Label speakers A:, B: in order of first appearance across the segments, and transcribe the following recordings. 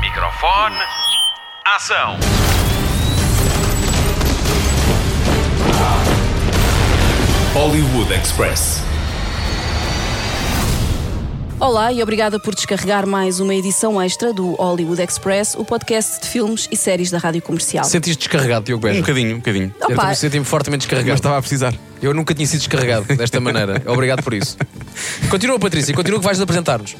A: Microfone. Ação.
B: Hollywood Express.
C: Olá e obrigada por descarregar mais uma edição extra do Hollywood Express, o podcast de filmes e séries da Rádio Comercial.
D: Sentiste descarregado, Diogo
E: Um
D: Beja?
E: bocadinho, um bocadinho.
D: Eu
C: Opa.
D: também senti-me fortemente
E: Mas tá-
D: descarregado.
E: estava a precisar.
D: Eu nunca tinha sido descarregado desta maneira. Obrigado por isso. Continua, Patrícia, continua que vais apresentar-nos.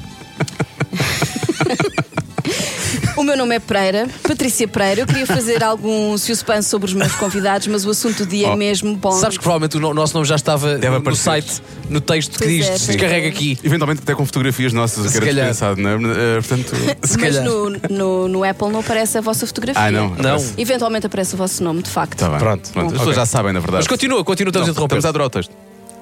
C: O meu nome é Pereira, Patrícia Pereira. Eu queria fazer algum suspense sobre os meus convidados, mas o assunto do dia é mesmo Bond.
D: Oh, Sabes que provavelmente o no- nosso nome já estava
E: Deve
D: no
E: aparecer.
D: site, no texto que
C: Pois
D: diz
C: é, pois
D: descarrega
C: é.
D: aqui.
E: Eventualmente até com fotografias nossas, eu
D: Se
E: quero
D: calhar.
E: dispensado, não é? Eh, Portanto.
C: mas
D: se calhar.
C: no, no- no Apple não aparece a vossa fotografia.
E: Ah, não.
D: Não. Tá
E: Está
C: Eventualmente aparece o vosso nome, de facto.
E: bem.
D: Pronto.
E: As
D: Ok.
E: pessoas já sabem, na verdade.
D: Mas continua, continua, estamos a
E: Não,
D: interromper.
E: Estamos a adorar o texto.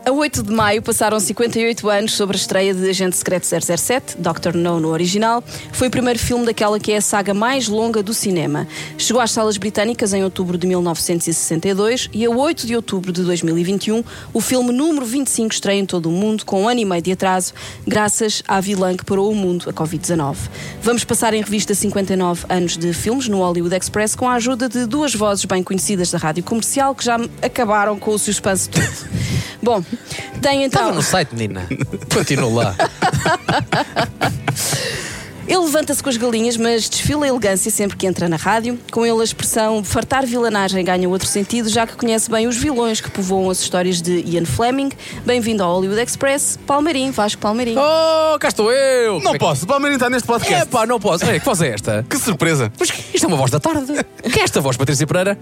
C: A 8 de maio passaram 58 anos sobre a estreia de Agente Secreto 007, Dr. No no original. Foi o primeiro filme daquela que é a saga mais longa do cinema. Chegou às salas britânicas em outubro de 1962 e a 8 de outubro de 2021 o filme número 25 estreia em todo o mundo com um ano e meio de atraso, graças à vilã que parou o mundo, a Covid-19. Vamos passar em revista 59 anos de filmes no Hollywood Express com a ajuda de duas vozes bem conhecidas da rádio comercial que já acabaram com o suspense todo. Bom, tem
D: Estava
C: então.
D: no site, menina. Continua lá.
C: Ele levanta-se com as galinhas, mas desfila a elegância sempre que entra na rádio. Com ele, a expressão fartar vilanagem ganha outro sentido, já que conhece bem os vilões que povoam as histórias de Ian Fleming. Bem-vindo ao Hollywood Express, Palmarim, Vasco Palmarim.
D: Oh, cá estou eu!
E: Não posso, o Palmeirinho está neste
D: É
E: podcast.
D: pá, não posso. Olha, que voz é esta?
E: Que surpresa.
D: Mas que- isto é uma voz da tarde. Que é esta voz, Patrícia Pereira?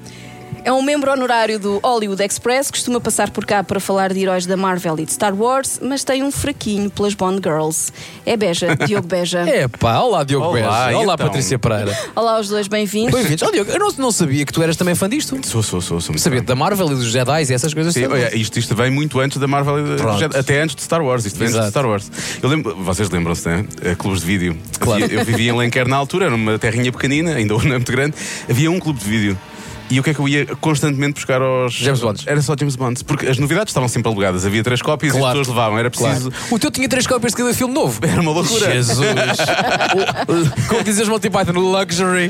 C: É um membro honorário do Hollywood Express, costuma passar por cá para falar de heróis da Marvel e de Star Wars, mas tem um fraquinho pelas Bond Girls. É Beja, Diogo Beja.
D: É pá, olá, Diogo
E: Olá,
D: Beja.
E: e
D: Olá,
E: então?
D: Patrícia Pereira.
C: Olá aos dois, bem-vindos.
D: Bem-vindos. Oh, Diogo, eu não, não sabia que tu eras também fã disto.
E: Sou, sou, sou, sou muito
D: Sabia
E: fã.
D: da Marvel e dos Jedi e essas coisas
E: Sim,
D: todas.
E: olha, isto, isto vem muito antes da Marvel, e da-
D: Pronto.
E: já- até antes de Star Wars. Isto vem antes de
D: Exato.
E: Star Wars. Eu lembro, vocês lembram-se, né? Eh, Clubes de vídeo.
D: Claro.
E: Havia- Eu vivia em Lenquer na altura, era uma terrinha pequenina, ainda hoje não é muito grande. Havia um clube de vídeo. E o que é que eu ia constantemente buscar aos.
D: James Bonds.
E: Era só James Bonds, porque as novidades estavam sempre alugadas. Havia três cópias e as
D: Claro.
E: pessoas levavam. Era
D: Claro.
E: preciso.
D: O teu tinha três cópias de cada filme novo.
E: Era uma loucura.
D: Jesus! O- Como dizes Monty Python, luxury.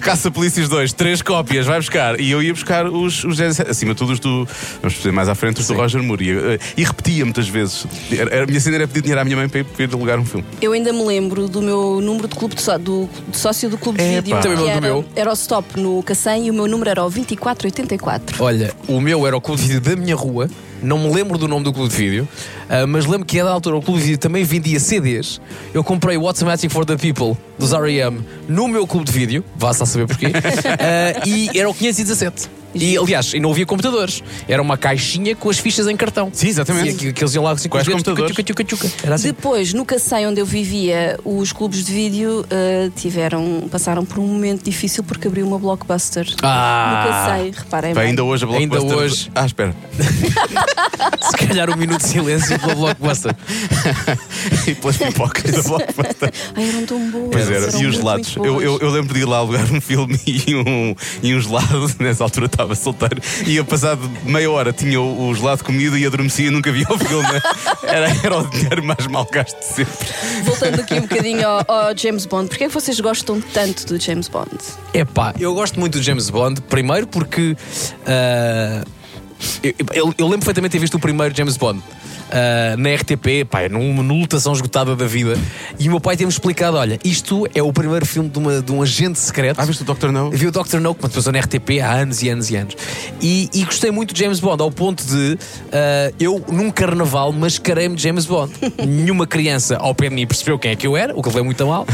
E: Caça Polícias 2, três cópias, vai buscar. E eu ia buscar os, os 17, acima de tudo os do, vamos dizer mais à frente, os do Roger Moore. E, eh, E, repetia muitas vezes. Era- era- A minha cena era pedir dinheiro à minha mãe para ir- para ir alugar um filme.
C: Eu ainda me lembro do meu número de, clube de, só- do, de sócio do clube de
E: Epá.
C: vídeo.
D: Também me
C: que era,
D: lembro do meu.
C: era o stop no Cassem e o meu número era o 2484.
D: Olha, o meu era o clube de vídeo da minha rua. Não me lembro do nome do clube de vídeo, ah, mas lembro que a da altura o clube de vídeo também vendia CDs. Eu comprei What's Magic for the People dos R.E.M. no meu clube de vídeo, vá-se a saber porquê, ah, e era o 517. E aliás, e não havia computadores, era uma caixinha com as fichas em cartão.
E: Sim, exatamente.
D: E aqui- que eles iam lá assim,
E: Com
D: os
E: os
D: dedos,
E: computadores.
D: Tchuca, tchuca, tchuca, tchuca. Era assim.
C: Depois, no Cassem, onde eu vivia, os clubes de vídeo eh, tiveram, passaram por um momento difícil porque abriu uma blockbuster.
D: Ah.
C: No Cassem, reparem
E: Vai
C: bem.
E: ainda hoje a
D: Ainda
E: Blockbuster.
D: hoje.
E: Ah, espera.
D: Se calhar um minuto de silêncio pela blockbuster.
E: e pelas pipocas da Blockbuster.
C: Ai, eram tão boas.
E: Pois
C: eram
E: era, e os
C: muito,
E: gelados.
C: muito
E: Eu, eu,
C: boas.
E: eu lembro de ir lá alugar um filme e um, e um gelado, nessa altura estava solteiro, e eu, passado meia hora tinha o, o gelado comido e adormecia e nunca via o filme. Era, era o dinheiro mais mal gasto de sempre.
C: Voltando aqui um bocadinho ao, ao James Bond, porquê é que vocês gostam tanto do James Bond?
D: Epá, eu gosto muito do James Bond, primeiro porque ah, eu, eu- eu lembro perfeitamente ter visto o primeiro James Bond ah, na RTP, pá, numa lutação esgotada da vida, e o meu pai tem-me explicado: olha, isto é o primeiro filme de, uma- de um agente secreto.
E: Ah, viste o Dr. No?
D: Vi o Dr. No, que me passou na RTP há anos e anos e anos. E, e gostei muito de James Bond, ao ponto de ah, eu, num carnaval, mascarei-me de James Bond. Nenhuma criança ao pé de mim percebeu quem é que eu era, o que levei muito a mal.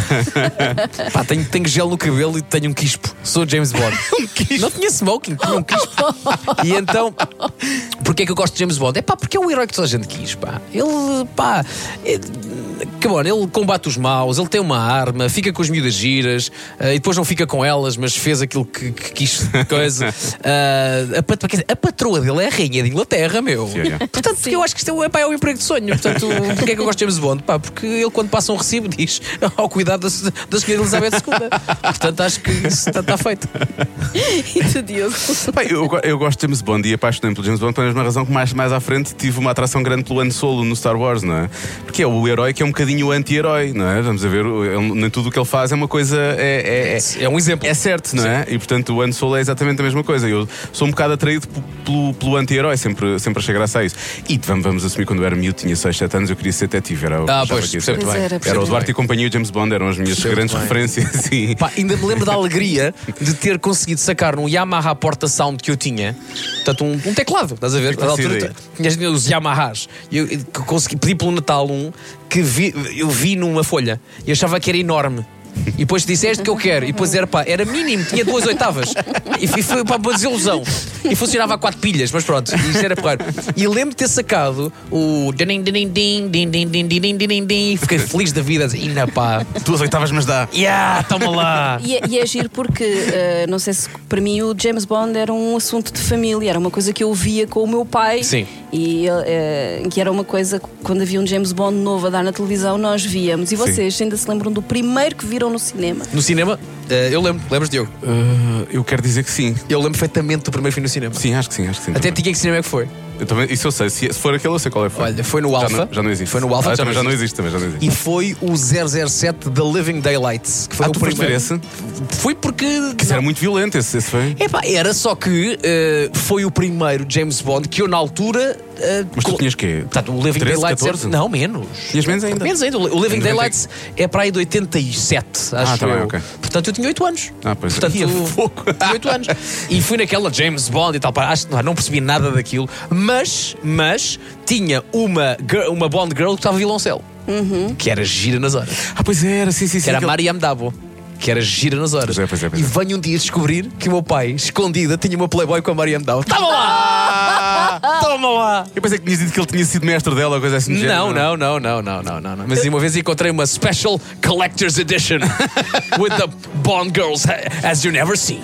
D: Pá, tenho, tenho gel no cabelo e tenho um quispo. Sou James Bond.
E: Um
D: Não tinha smoking, tinha um quispo. E então, porquê é que eu gosto de James Bond? É pá, porque é um herói que toda a gente quis, pá. Ele, pá. É, que bom, ele combate os maus, ele tem uma arma, fica com as miúdas giras eh, e depois não fica com elas, mas fez aquilo que, que quis, coisa. Ah, a, pat- quer dizer, a patroa dele é a rainha de Inglaterra, meu.
E: Sim, é.
D: Portanto, eu acho que isto é, um- epá, é um emprego de sonho. Portanto, porquê é que eu gosto de James Bond? Pá, porque ele, quando passa um recibo, diz ao cuidado da, se- da senhora Elizabeth II. Portanto, acho que isso está, está feito.
C: e tu, Diogo?
E: Bem, eu, go- eu gosto de James Bond e apaixonei-me pelo James Bond pelas mesma razão que mais, mais à frente tive uma atração grande pelo Han Solo no Star Wars, não é? Porque é o herói que é um bocadinho anti-herói, não é? Vamos a ver, ele- nem tudo o que ele faz é uma coisa. É, é,
D: É um exemplo.
E: É certo, não é? E portanto o Han Solo é exatamente a mesma coisa. Eu sou um bocado atraído p- pelo, pelo anti-herói, sempre, sempre achei graça a isso. E vamos, vamos assumir, quando eu era miúdo, tinha 6, 7 anos, eu queria ser detetive. Era, o que
D: Ah,
E: eu
D: pois,
E: achava que ia
D: percebo-te
E: ser.
C: Pois
D: bem.
C: era,
E: Era
C: percebo-te
E: o Duarte e companhia e James Bond, eram as minhas
D: Percebo-te
E: grandes
D: bem.
E: referências. Sim.
D: Pá, ainda me lembro da alegria de ter conseguido sacar num Yamaha Porta Sound que eu tinha, portanto, um, um teclado, estás a ver?
E: Tem
D: Na altura
E: sido aí.
D: tinhas os Yamahas. E Eu, e que consegui, pedi pelo Natal um que vi- eu vi numa folha e achava que era enorme. E depois disseste que eu quero, e depois era pá, era mínimo, tinha duas oitavas. E fi- foi pá, uma desilusão. E funcionava a quatro pilhas, mas pronto, isto era porra. E eu lembro de ter sacado o. din, din, din, din, din, din, din, din, din, din, din. Fiquei feliz da vida, e na pá,
E: Duas oitavas, mas dá.
D: yeah, toma lá!
C: E, é- e é giro porque, eh, não sei se para mim o James Bond era um assunto de família, era uma coisa que eu via com o meu pai.
D: Sim.
C: E ele, eh, que era uma coisa que quando havia um James Bond novo a dar na televisão, nós víamos. E vocês ainda se lembram do primeiro que viram no cinema?
D: No cinema, eh, eu lembro, lembras, Diogo?
E: Ah, eu quero dizer que sim.
D: Eu lembro perfeitamente do primeiro filme no cinema.
E: Sim, acho que sim, acho que sim.
D: Até
E: também.
D: te digo que cinema é que foi.
E: Eu também, isso eu sei. Se, se for aquele, eu sei qual é. que foi.
D: Olha, foi no
E: Já
D: Alpha.
E: não- Já não existe.
D: Foi no Alpha, já
E: Ah, também
D: não
E: já não existe. Também já não existe.
D: E foi o 007 The Living Daylights, que foi
E: Ah,
D: o
E: tu foste
D: primeiro.
E: ver
D: Foi porque.
E: Isso era muito violento, esse, esse foi.
D: Epá, era só que eh, foi o primeiro James Bond que eu, na altura. eh,
E: Mas tu
D: col-
E: tinhas quê?
D: Portanto, o Living
E: 13,
D: Daylights. era-
E: 14?
D: Não, menos.
E: Tinhas menos ainda?
D: Menos ainda. O Living
E: Ainda
D: Daylights é para aí de 87, acho
E: tá
D: eu.
E: bem, ok.
D: Portanto, eu tinha 8 anos.
E: Ah, pois é.
D: Portanto,
E: Ia pouco.
D: Tinha 8 anos. E fui naquela James Bond e tal. Pá, acho que não- não percebi nada daquilo. Mas, mas, tinha uma, girl- uma Bond Girl que estava violoncelo. Que era gira nas horas.
E: Ah, pois era, sim, sim, sim.
D: Que era a
E: aquele-
D: Mariam Dabo. Que era gira nas horas.
E: Pois é, pois é, pois
D: e
E: é.
D: venho um dia descobrir que o meu pai, escondida, tinha uma Playboy com a Mariam Dabo. Toma lá! Toma lá!
E: Ah! Eu pensei que tinhas dito que ele tinha sido mestre dela ou coisa assim. do
D: Não,
E: género,
D: não, não, não, não, não, não, não. Mas uma vez encontrei uma Special Collector's Edition with the Bond Girls ha- as you never seen.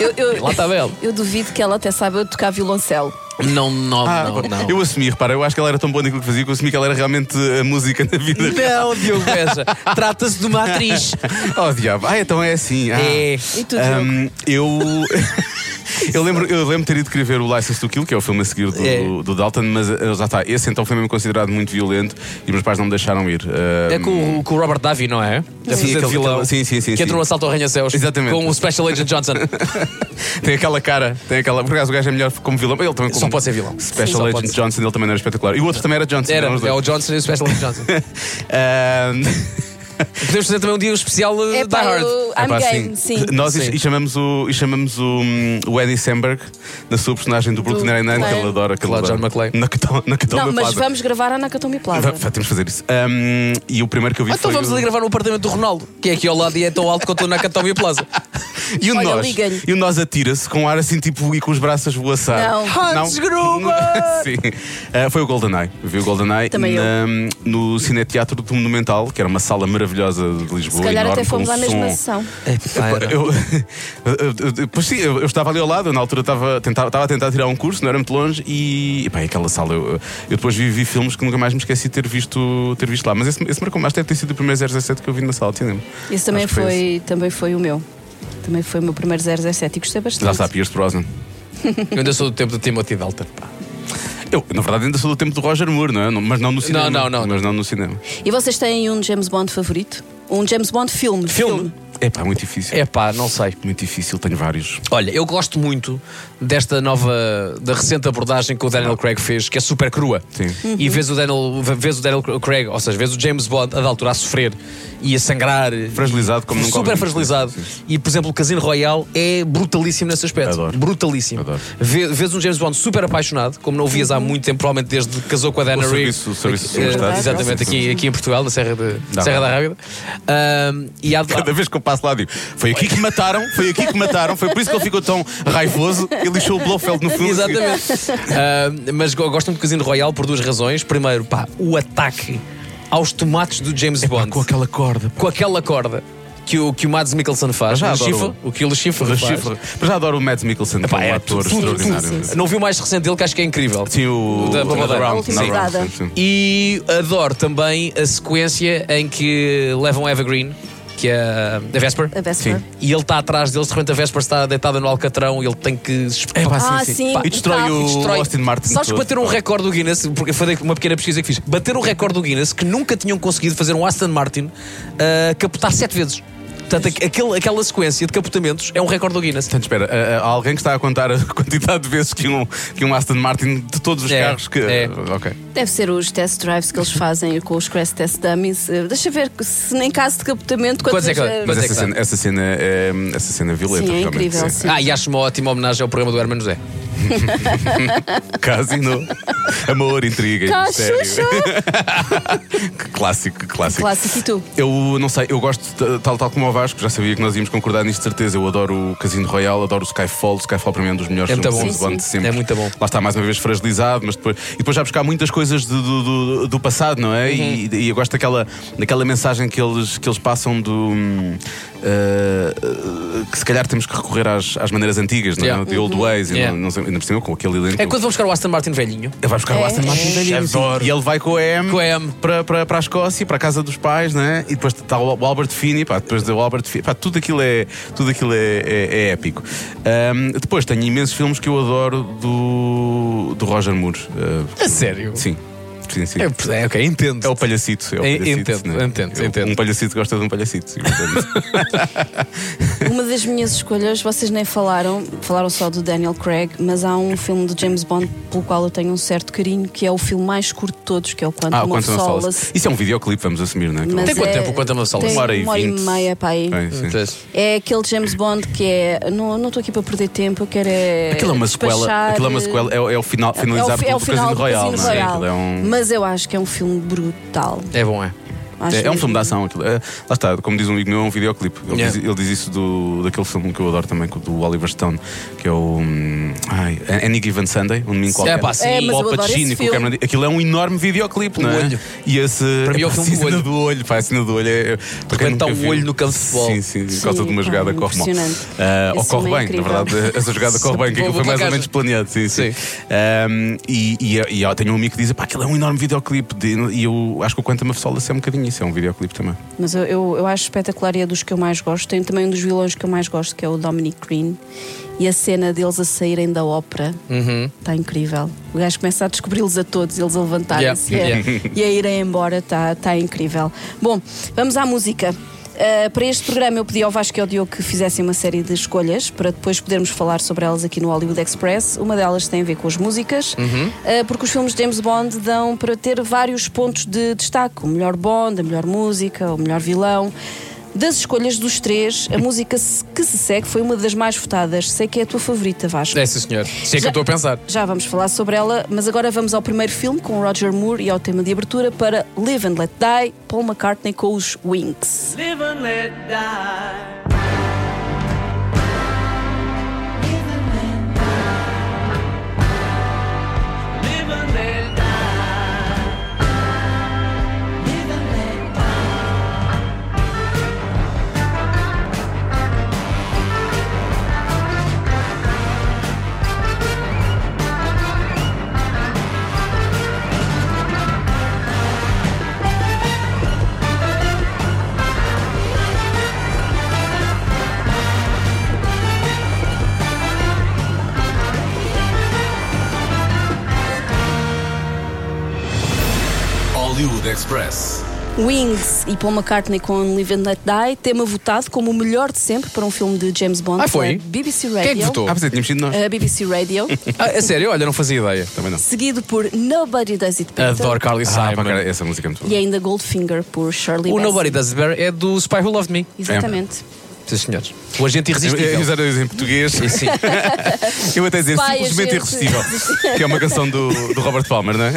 C: Eu, eu-
D: Lá estava ela.
C: eu duvido que ela até saiba tocar violoncelo.
D: Não, não,
E: Ah,
D: não, não.
E: Eu assumi, repara, eu acho que ela era tão boa naquilo que fazia que eu assumi que ela era realmente a música na vida real.
D: Não, Diogo Beja. Trata-se de uma atriz.
E: Oh, diabo. Ah, então é assim. Ah.
D: É.
C: E tu,
E: Ahm, eu. Eu lembro, eu lembro de ter ido querer ver o License to Kill, que é o filme a seguir do,
D: É.
E: do Dalton, mas ah, já está. Esse então foi mesmo considerado muito violento e meus pais não me deixaram ir. Ahm,
D: É com, o- com o Robert Davi, não é? A
E: Hum. Sim,
D: fazer de
E: aquele-
D: vilão.
E: aquele- sim, sim, sim,
D: Que entra
E: sim.
D: no assalto ao Arranha-Céus.
E: Exatamente.
D: Com o Special Agent Johnson.
E: Tem aquela cara, tem aquela. Por acaso o gajo é melhor como vilão. Ele também
D: Só
E: como
D: pode ser vilão. Sim, só
E: Special
D: pode
E: Agent
D: ser.
E: Johnson, ele também não era espetacular. E o outro também era Johnson.
D: Era,
E: eram os
D: é o
E: dois.
D: Johnson e o Special Agent Johnson.
E: Ahm,
D: Podemos fazer também um dia um especial uh,
C: É
D: Die
C: pá,
D: Hard.
C: eu-
E: É
C: I'm
E: pá,
C: game, sim.
E: Nós e-
D: Sim.
E: E, chamamos o, e chamamos o, hum, o Eddie Samberg na sua personagem do Brooklyn Nine-Nine, que ele
C: Clay.
E: adora. Que ele
D: Claro,
E: adora.
D: John McClane.
E: Na que to- na que toma
C: Não, mas
E: plaza.
C: vamos gravar a Nakatomi Plaza.
E: Va- Temos de fazer isso. Hum, e o primeiro que eu vi
D: Ah, Então
E: foi. um-
D: vamos
E: o...
D: ali gravar no apartamento do Ronaldo, que é aqui ao lado e é tão alto quanto o Nakatomi Plaza.
E: E o
C: Olha,
E: nós,
C: liga-lhe.
E: e o nós atira-se com um ar assim tipo e com os braços a voaçar.
C: Não. Ah,
D: Hans Gruber!
E: Sim. Ah, foi o GoldenEye. Eu Vi o GoldenEye
C: Também eu.
E: na, no Cineteatro do Monumental, que era uma sala maravilhosa de
C: Se
E: Lisboa.
C: calhar
E: enorme,
C: até fomos
E: com
C: à mesma
E: som.
C: sessão. Ah,
E: Eu, eu- eu- pois sim, eu, eu estava ali ao lado, eu na altura estava, tentava, estava a tentar tirar um curso, não era muito longe, e epá, e aquela sala. Eu, eu depois vi, vi filmes que nunca mais me esqueci de ter visto, ter visto lá. Mas esse, esse marcou mais, deve ter sido o primeiro 017 que eu vi na sala, de cinema.
C: Esse também
E: Acho que foi
C: foi, também foi o meu. Também foi o meu primeiro 007 e gostei bastante.
E: Já está, Pierce Brosnan.
D: Eu ainda sou do tempo do Timothy Dalton.
E: Eu, na verdade, ainda sou do tempo do Roger Moore, não é? Não- Mas não no cinema.
D: não, não,
E: Mas não no cinema.
C: E vocês têm um James Bond favorito? Um James Bond filme?
D: Filme.
E: É pá, muito difícil.
D: É pá, não sei.
E: Muito difícil, tenho vários.
D: Olha, eu gosto muito desta nova, da recente abordagem que o Daniel Craig fez, que é super crua.
E: Sim.
D: E vês o, Daniel, vês o Daniel Craig, ou seja, vês o James Bond a da altura a sofrer e a sangrar.
E: Fragilizado como nunca
D: Super
E: ouvimos.
D: fragilizado.
E: Sim, sim.
D: E, por exemplo, o Casino Royale é brutalíssimo nesse aspecto.
E: Adoro.
D: Brutalíssimo.
E: Adoro.
D: Vê- Vês um James Bond super apaixonado, como não o vias
E: Uhum.
D: há muito tempo, provavelmente desde que casou com a Dana
E: O
D: Rigg.
E: serviço- o serviço
D: Eh,
E: secretário.
D: Exatamente,
E: Sim, sim,
D: aqui, aqui em Portugal, na Serra, de,
E: Da
D: Serra da Rábida. Ahm, e há,
E: Cada vez que eu passo lá digo, foi aqui que mataram, foi aqui que mataram, foi por isso que ele ficou tão raivoso, ele lixou o Blofeld no fundo.
D: Exatamente. Ah, mas go- gosto muito do Casino Royale por duas razões. Primeiro, pá, o ataque aos tomates do James Bond.
E: Com aquela corda.
D: Com aquela corda que o, que o Mads Mikkelsen faz.
E: Já
D: o,
E: adoro
D: Schiffer, o que o Schiffer
E: Da
D: faz.
E: chifre. Mas já adoro o Matt Mikkelsen,
D: Epá,
E: que é um
D: é
E: ator
D: tudo, tudo,
E: extraordinário.
D: tudo. Não vi o mais recente dele, que acho que é incrível.
E: Sim, o.
D: Da- da- da- da-
E: Round,
D: última
E: na Round,
C: temporada.
E: sim, sim.
D: E adoro também a sequência em que levam Evergreen que é a Vesper.
C: A Vesper. Sim.
D: E ele está atrás deles, de repente a Vesper está deitada no alcatrão e ele tem que.
E: É, pá, sim,
C: Ah,
E: sim.
C: sim.
E: E destrói
C: Pá,
E: o
D: Destrói.
E: Austin Martin.
D: Sabes que
E: todo.
D: bateram um recorde do Guinness, porque foi uma pequena pesquisa que fiz. Bateram o recorde do Guinness que nunca tinham conseguido fazer um Aston Martin ah, capotar sete vezes. Portanto, aqu- aquele- aquela sequência de capotamentos é um recorde do Guinness.
E: Portanto, espera, eh, há- há alguém que está a contar a quantidade de vezes que um, que um Aston Martin de todos os
D: É,
E: carros que.
D: é.
E: Ok.
C: Deve ser os test drives que eles fazem com os crash test dummies. Eh, Deixa ver se nem caso de capotamento.
D: Quantos é que-
C: vezes-
D: Mas
E: Mas
D: é
E: essa,
D: que dá.
E: cena, essa cena é essa cena é
C: Sim,
E: violenta,
C: é
E: realmente.
C: incrível, sim.
D: Ah, e acho uma ótima homenagem ao programa do Herman José.
E: Casino. Amor, intriga, e
C: Cá,
E: mistério.
C: Xuxa!
E: Que clássico, que clássico.
C: Clássico e tu?
E: Eu não sei, eu gosto, de- tal, tal como o Vasco, já sabia que nós íamos concordar nisto de certeza. Eu adoro o Casino Royal, adoro o Skyfall. O Skyfall para mim é um dos melhores
D: É muito
E: filmes
D: bom.
E: de James
C: Sim,
E: Bond
C: sim.
E: sempre.
D: É muito bom.
E: Lá está mais uma vez fragilizado, mas depois, e depois já buscar muitas coisas do, do- do- do passado, não é?
D: Uhum.
E: E, e eu gosto daquela, daquela mensagem que eles, que eles passam do. hum, eh, eh, que se calhar temos que recorrer às, às maneiras antigas, não é?
D: Yeah. Uhum.
E: The old ways, e
D: Yeah.
E: não, não sei, ainda por cima com aquele elenco.
D: É quando vão buscar o Aston Martin velhinho.
E: Ele vai buscar o
C: É,
E: Aston Martin
C: é.
E: velhinho, sim.
D: Adoro.
E: E ele vai com a M,
D: Com a M.
E: Para, para, para a Escócia, para a casa dos pais, né? E depois está o o Albert Finney, pá, depois do Albert Finney, pá, tudo aquilo é, tudo aquilo é, é- é épico. Ahm, depois tenho imensos filmes que eu adoro do, do Roger Moore. Ah,
D: A sério?
E: sim, sim, sim.
D: É, é, ok, entendo.
E: É o palhacito. É o
D: É,
E: palhacito
D: entendo, entendo,
E: Eu-
D: entendo.
E: Um palhacito gosta de um palhacito. sim, portanto.
C: Uma das minhas escolhas, vocês nem falaram, falaram só do Daniel Craig, mas há um filme do James Bond pelo qual eu tenho um certo carinho, que é o filme mais curto de todos, que é o Quantum
E: ah, o
C: of
E: Quantum of
C: Solace.
E: Solace. Isso é um videoclipe, vamos assumir, não é?
C: Mas
D: Tem quanto
C: é-
D: tempo o Quantum of Solace?
C: tem
E: Uma hora e
C: uma hora e
E: vinte.
C: meia para aí.
E: É, sim.
D: Entendo.
C: É aquele James Bond que é. Não estou aqui para perder tempo, eu quero é.
E: Aquilo é uma sequela,
C: despachar,
E: aquilo é uma sequela, é, o- é o final,
C: é o-
E: finalizar
C: é o
E: pelo Casino
C: final do
E: Royal,
C: Casino
E: não é?
C: Royal.
E: Aquilo é um-
C: Mas eu acho que é um filme brutal.
D: É bom, é.
C: Acho
E: É, é um
C: mesmo.
E: filme de ação. Aquilo. É, lá está, como diz um amigo meu, é um videoclipe. Ele,
D: Yeah.
E: diz, ele diz isso do, daquele filme que eu adoro também, que- do Oliver Stone, que é o. hum, Ai, Any Given Sunday, um domingo qualquer.
D: É, pá, sim.
C: É, mas
E: Com
C: eu
E: o
C: adoro
E: Pacino
C: esse
E: e com o Cameron
C: filme.
E: Diaz. Aquilo é um enorme videoclipe,
D: O
E: não é?
D: olho.
E: E esse.
D: Para mim é o
E: pá,
D: filme do
E: a cena
D: olho.
E: do olho. Pá, a cena do olho é. para quem
D: repente está
E: nunca
D: um
E: viu.
D: olho no campo de futebol.
E: Sim, sim, por causa
C: Sim,
E: de uma
C: pá,
E: jogada corre mal.
C: impressionante.
E: Ah, ou
C: Esse
E: corre
C: filme é
E: bem, na
C: incrível.
E: verdade. Essa jogada corre bem, que aquilo
D: Boa
E: foi mais ou
D: blocagem.
E: menos planeado. Sim, sim.
D: Sim.
E: Um, e, e, e ó, tenho um amigo que diz: pá, aquilo é um enorme videoclipe. de- e eu acho que o Quantum of Solace é um bocadinho isso, é um videoclipe também.
C: Mas eu, eu, eu acho espetacular e é dos que eu mais gosto. Tem também um dos vilões que eu mais gosto, que é o Dominic Green. E a cena deles a saírem da ópera
D: Uhum.
C: está incrível. O gajo começa a descobri-los a todos, eles a assim, é levantarem-se
D: Yeah,
C: e, a- e a irem embora, está tá incrível. Bom, vamos à música. Uh, para este programa eu pedi ao Vasco e ao Diogo que fizessem uma série de escolhas para depois podermos falar sobre elas aqui no Hollywood Express. Uma delas tem a ver com as músicas, uh, porque os filmes de James Bond dão para ter vários pontos de destaque: o melhor Bond, a melhor música, o melhor vilão. Das escolhas dos três, a música se- que se segue foi uma das mais votadas. Sei que é a tua favorita, Vasco.
D: É, sim, senhor. Isso é que eu estou a pensar.
C: Já vamos falar sobre ela, mas agora vamos ao primeiro filme com Roger Moore e ao tema de abertura para Live and Let Die, Paul McCartney com os Wings.
F: Live and let die. Live and let die. Live and let
B: Hollywood Express.
C: Wings e Paul McCartney com Live and Let Die, tema votado como o melhor de sempre para um filme de James Bond.
D: Ah, foi?
C: pela BBC
D: Quem
C: Radio.
D: é que votou?
E: Ah, pois é, tínhamos sido nós.
C: A BBC Radio,
D: Ah, é sério? Olha, não fazia ideia.
E: Também não.
C: seguido por Nobody Does It Better
D: Adoro Carly
E: Ah, pá,
D: Simon.
E: cara, essa música é muito boa.
C: e ainda Goldfinger por Shirley
D: O
C: Bassey.
D: Nobody É. Does It Better é do Spy Who Loved Me.
C: Exatamente.
D: Sim, senhores. O
C: é
D: agente
E: Eu- eu
D: irresistível.
E: usar isso em português.
D: Sim.
E: Eu até dizer
C: Vai,
E: simplesmente
C: gente.
E: irresistível. que é uma canção do, do Robert Palmer, não é?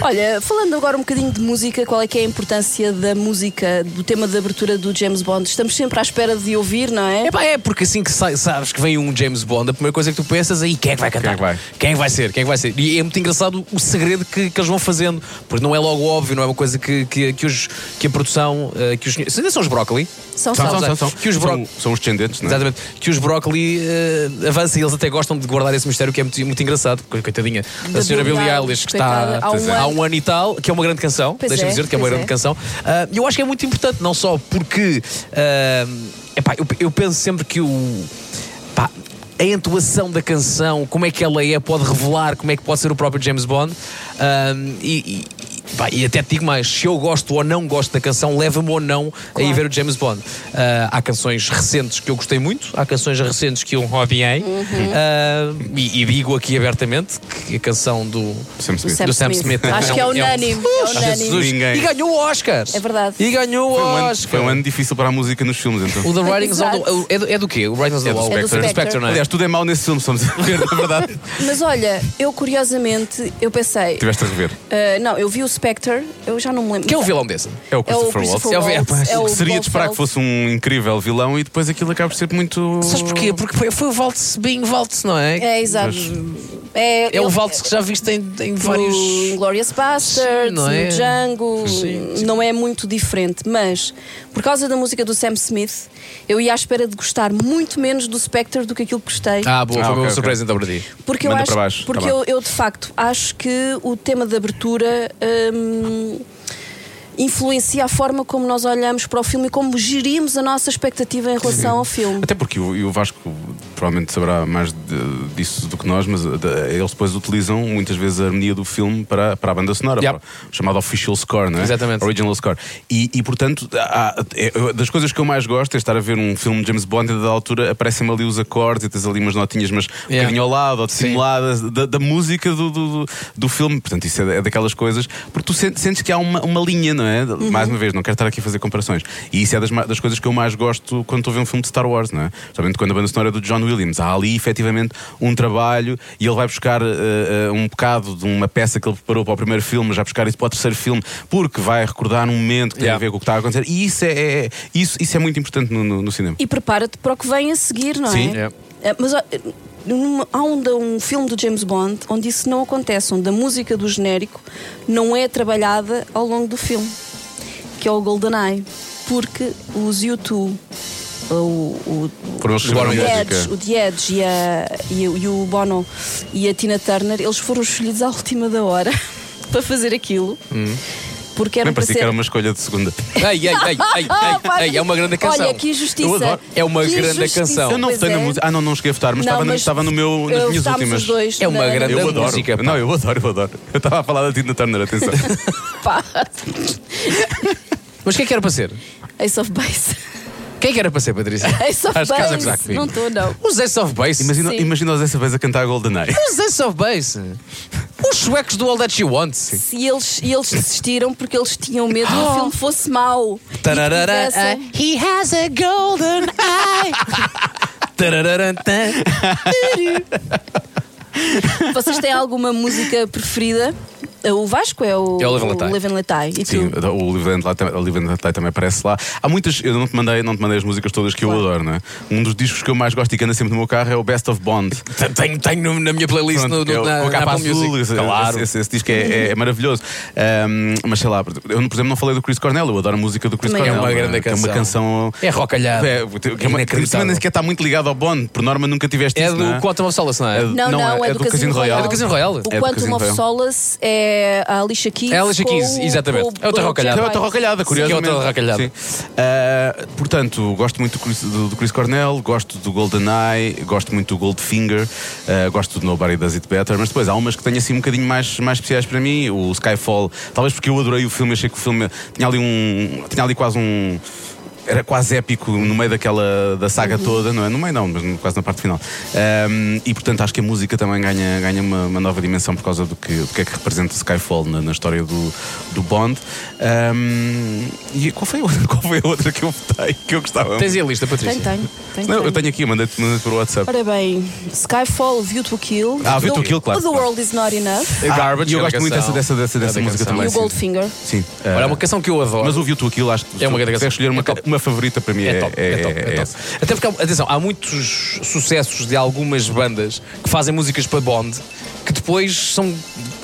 C: Olha, falando agora um bocadinho de música, qual é que é a importância da música, do tema de abertura do James Bond? Estamos sempre à espera de ouvir, não é?
D: É pá, é porque assim que sai- sabes que vem um James Bond, a primeira coisa que tu pensas é "E quem é que vai cantar?
E: Quem é que vai?
D: Quem é que vai ser? Quem é que vai ser? E é muito engraçado o segredo que, que eles vão fazendo, porque não é logo óbvio, não é uma coisa que, que, que, os, que a produção, eh, que os. Se ainda são os brócoli.
C: São,
D: São,
C: só.
D: são, são. Que os bro-
E: são, são os descendentes, não é?
D: Exatamente. Que os brócoli eh, avançam e eles até gostam de guardar esse mistério, que é muito, muito engraçado. porque, Coitadinha.
C: Da
D: A senhora
C: Billie
D: Billie
C: Eilish,
D: Eilish, que
C: coitada,
D: está
C: há um ano
D: um ano e tal, que é uma grande canção,
C: Pois é,
D: deixa-me dizer que é uma
C: pois
D: grande
C: é.
D: canção. Ah, E eu acho que é muito importante, não só porque ah, epá, eu, eu penso sempre que o pá, a entoação da canção, como é que ela é, pode revelar como é que pode ser o próprio James Bond. Ah, e, e, pá, e até te digo mais, se eu gosto ou não gosto da canção, leva-me ou não a ir
C: Claro.
D: ver o James Bond. Ah, há canções recentes que eu gostei muito, há canções recentes que eu odiei. Ah, e, e digo aqui abertamente que a canção do,
E: Sam Smith.
D: do Sam Smith.
C: Acho que é
D: um- um-
C: unânime. É unânime.
D: Jesus.
E: Ninguém.
D: E ganhou o Oscar.
C: É verdade.
D: E ganhou o
E: Foi um, ano,
D: Oscar.
E: foi um ano difícil para a música nos filmes, então.
D: O The Writings on the
C: Exato.
D: Wall. É do, é do quê? O Writings on
E: É
D: the
E: do
D: Wall.
E: É do
C: Spectre.
D: Spectre, não é?
E: Aliás, tudo é mau nesse filme, somos a ver, na verdade.
C: Mas olha, eu curiosamente, eu pensei.
E: Tiveste a rever.
C: ah, não, eu vi o Spectre, eu já não me lembro.
D: Quem é o vilão desse?
E: É o Christopher Waltz.
C: Christopher
D: É o- é, pá,
C: Waltz, é o
E: Seria de esperar
C: Blofeld.
E: que fosse um incrível vilão e depois aquilo acaba por ser muito.
D: Sabes porquê? Porque foi, foi o Waltz bem Waltz, não é?
C: É, exato.
D: É o
C: ele-
D: Waltz que já viste em, em vários.
C: No Inglourious Basterds,
D: Sim, não é?
C: no Django,
D: Sim, sim.
C: não é muito diferente, mas por causa da música do Sam Smith, eu ia à espera de gostar muito menos do Spectre do que aquilo que gostei.
D: Ah, boa,
E: Ah,
D: foi
E: ok,
D: uma
E: ok.
D: surpresa então para ti.
C: porque eu
E: manda
C: acho,
E: para baixo,
C: porque
E: tá bem.
C: eu, eu, de facto acho que o tema de abertura hum, influencia a forma como nós olhamos para o filme e como gerimos a nossa expectativa em relação ao filme.
E: Até porque o, e o Vasco provavelmente saberá mais de- disso do que nós, mas eh, de- eles depois utilizam muitas vezes a harmonia do filme para, para a banda sonora,
D: Yep.
E: para o chamado official score, não é?
D: Exatamente.
E: Original score. E, e, portanto, há- é- eu- das coisas que eu mais gosto é estar a ver um filme de James Bond e da altura aparecem-me ali os acordes e tens ali umas notinhas, mas um
D: Yeah.
E: bocadinho ao lado ou
D: Sim.
E: dissimuladas, da, da música do, do, do- do filme. Portanto, isso é, da- é daquelas coisas, porque tu sentes, sentes que há uma, uma linha, não é?
C: Uhum.
E: Mais uma vez, não quero estar aqui a fazer comparações. E isso é das, ma- das coisas que eu mais gosto quando estou a ver um filme de Star Wars, não é? Principalmente quando a banda sonora é do John Williams. Há ali efetivamente um trabalho e ele vai buscar eh, eh, um bocado de uma peça que ele preparou para o primeiro filme, já buscar isso para o terceiro filme, porque vai recordar um momento que tem
D: Yeah.
E: a ver com o que está a acontecer. E isso é, é- isso, isso é muito importante no, no- no cinema.
C: E prepara-te para o que vem a seguir, não
E: Sim.
C: é? É, Mas ó, numa- há um, da- um filme do James Bond onde isso não acontece, onde a música do genérico não é trabalhada ao longo do filme, que é o GoldenEye, porque os U2, o, o,
E: Foram eles que
C: o,
E: escolheram
C: The
E: a
C: Edge,
E: música.
C: o The Edge e, a- e o- e o Bono e a Tina Turner, eles foram escolhidos à última da hora para fazer aquilo. Porque eram para
E: Bem, Hum. parecia que
C: ser
E: era uma escolha de segunda.
D: Ei, ei, ei, ei,
C: Ah, pá,
D: ei, ei, é uma grande canção.
C: Olha, que injustiça.
E: Eu adoro.
D: É uma
C: Que
D: grande
C: injustiça.
D: canção.
E: Eu não
C: Pois
E: votei na
C: é.
E: música. Ah, não, não cheguei a votar, mas,
C: Não,
E: estava, na-
C: mas
E: estava no meu, nas
C: eu-
E: minhas
C: votámos
E: últimas.
C: os dois
D: É uma
C: na-
D: grande-
E: Eu adoro.
D: música, pá.
E: Não, eu adoro, eu adoro. Eu estava a falar da Tina Turner, atenção.
C: Pá,
D: Mas quem é que era para ser?
C: Ace of Base.
D: Quem é que era para ser, Patrícia?
C: Ace of
D: Acho que estás a gozar
C: Base.
D: comigo.
C: Não estou, não.
D: Os Ace of Base.
E: Imagina,
C: Sim.
E: imagina os dessa vez a cantar GoldenEye.
D: Os Ace of Base. Os suecos do All That She Wants.
C: E eles, e eles desistiram porque eles tinham medo que o filme fosse mau. E que
D: Tararara,
C: tivessem-
D: ah, He has a golden eye. Tararara, tá.
E: é.
C: Vocês têm alguma música preferida? O Vasco é o,
D: É o Live and Let Die.
C: o Live and Let Die. E tu?
E: Sim, o Livre Atlet também aparece lá. Há muitas, eu não te mandei, não te mandei as músicas todas que eu adoro, não é? Um dos discos que eu mais gosto e que anda sempre no meu carro é o Best of Bond.
D: Tenho, tenho no- na minha playlist
E: Pronto,
D: no,
E: que é
D: no,
E: o-
D: na,
E: com a
D: na
E: capa
D: Apple
E: azul,
D: Music.
E: esse-
D: Claro.
E: esse, esse disco é, é- é maravilhoso. Ahm, mas sei lá, eu, por exemplo, não falei do Chris Cornell, eu adoro a música do Chris
C: Também. É
E: Cornell.
D: uma
E: não
D: grande
E: Que é uma
D: canção.
E: canção.
D: É rocalhada.
E: É, que é uma- que
D: Inacreditável.
E: também nem sequer está muito ligado ao Bond, por norma nunca tiveste
D: É
E: isso, não
D: do Quantum of Solace, não é?
E: É-
C: Não, não,
E: não,
C: é,
E: é
C: do,
E: do Casino Royale.
C: Royale.
E: É do
D: Casino Royale?
C: O
E: É do
C: Quantum
E: Casino
C: of
E: Royale.
C: Solace é a Alicia Keys.
D: É a Alicia
C: com
D: Keys,
C: o-
D: exatamente.
C: com o-
D: É outra
C: o
D: rocalhada.
C: Jack
D: Sim,
E: É
D: É
E: outra
C: White.
E: rocalhada, curiosamente.
D: outra rocalhada.
E: Sim. Ah, portanto, gosto muito do Chris, do, do Chris Cornell, gosto do GoldenEye, gosto muito do Goldfinger, ah, gosto do Nobody Does It Better, mas depois há umas que tenho assim um bocadinho mais, mais especiais para mim. O Skyfall, talvez porque eu adorei o filme, achei que o filme tinha ali um. tinha ali quase um. Era quase épico no meio daquela da
D: Uhum.
E: saga toda, não é? No meio não, mas no- quase na parte final. Ahm, e portanto acho que a música também ganha, ganha uma, uma nova dimensão por causa do que, do que é que representa Skyfall na, na história do, do Bond. Ahm, e qual foi, a outra, qual foi a outra que eu votei que eu gostava?
D: Tens um aí a lista,
C: Tenho,
D: Patrícia.
C: tenho. tenho,
E: não, eu
C: tenho.
E: tenho aqui, mandei-te mandei por WhatsApp.
C: Ora bem, Skyfall, View to Kill.
E: Ah, View to Kill, claro.
C: The World is Not Enough.
D: É
E: Ah, e eu
D: grande
E: gosto muito dessa,
D: canção.
E: dessa, dessa, dessa
D: Grande
E: música
D: canção.
E: também.
C: E o
E: sim.
C: Goldfinger.
E: Sim.
D: É Olha, é
E: Ah,
D: uma canção que eu adoro.
E: mas o View to Kill, acho que
D: É uma grande
E: se
D: canção.
E: eu escolher
D: É
E: uma,
D: top.
E: uma favorita para mim
D: É top, é, top, é, top.
E: essa.
D: Até porque, atenção, há muitos sucessos de algumas bandas que fazem músicas para Bond que depois são,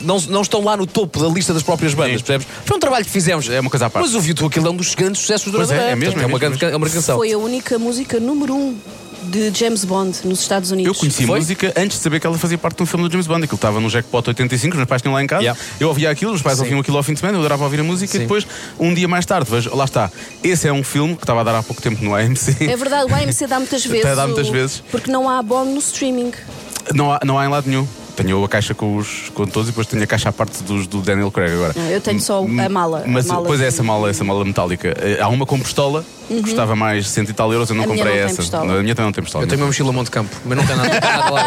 D: não, não estão lá no topo da lista das próprias bandas,
E: Sim.
D: percebes? Foi um trabalho que fizemos,
E: É uma coisa à parte.
D: Mas o Vitor aquilo é um dos grandes sucessos do
E: Pois é,
D: Radar,
E: é mesmo,
D: portanto,
E: é
D: uma
E: mesmo,
D: grande, é uma grande canção.
C: Foi a única música número um de James Bond nos Estados Unidos.
E: Eu conheci
D: Foi?
E: a música antes de saber que ela fazia parte de um filme do James Bond. Aquilo estava no Jackpot 85, os meus pais tinham lá em casa.
D: Yeah.
E: Eu ouvia aquilo, os pais
D: Sim.
E: ouviam aquilo ao fim de semana, eu adorava ouvir a música
D: Sim.
E: e depois, um dia mais tarde, vejo, lá está. Esse é um filme que estava a dar há pouco tempo no AMC.
C: É verdade, o AMC dá muitas vezes.
E: Dá muitas
C: o-
E: vezes.
C: Porque não há bom no streaming.
E: Não há, não há em lado nenhum. Tenho eu a caixa com, os, com todos e depois tenho a caixa à parte dos, do Daniel Craig agora.
C: Não, eu tenho só
E: M-
C: a mala, a
E: Mas,
C: mala
E: pois é,
C: de- Uhum.
E: essa mala, essa mala metálica. Eh, Há uma com pistola, que custava mais cento e tal euros, eu não
C: A minha
E: comprei
C: não tem
E: essa.
C: pistola.
E: Não, A minha também não tem pistola.
D: Eu tenho uma mochila Monte Campo, mas não tem nada, não tem nada lá.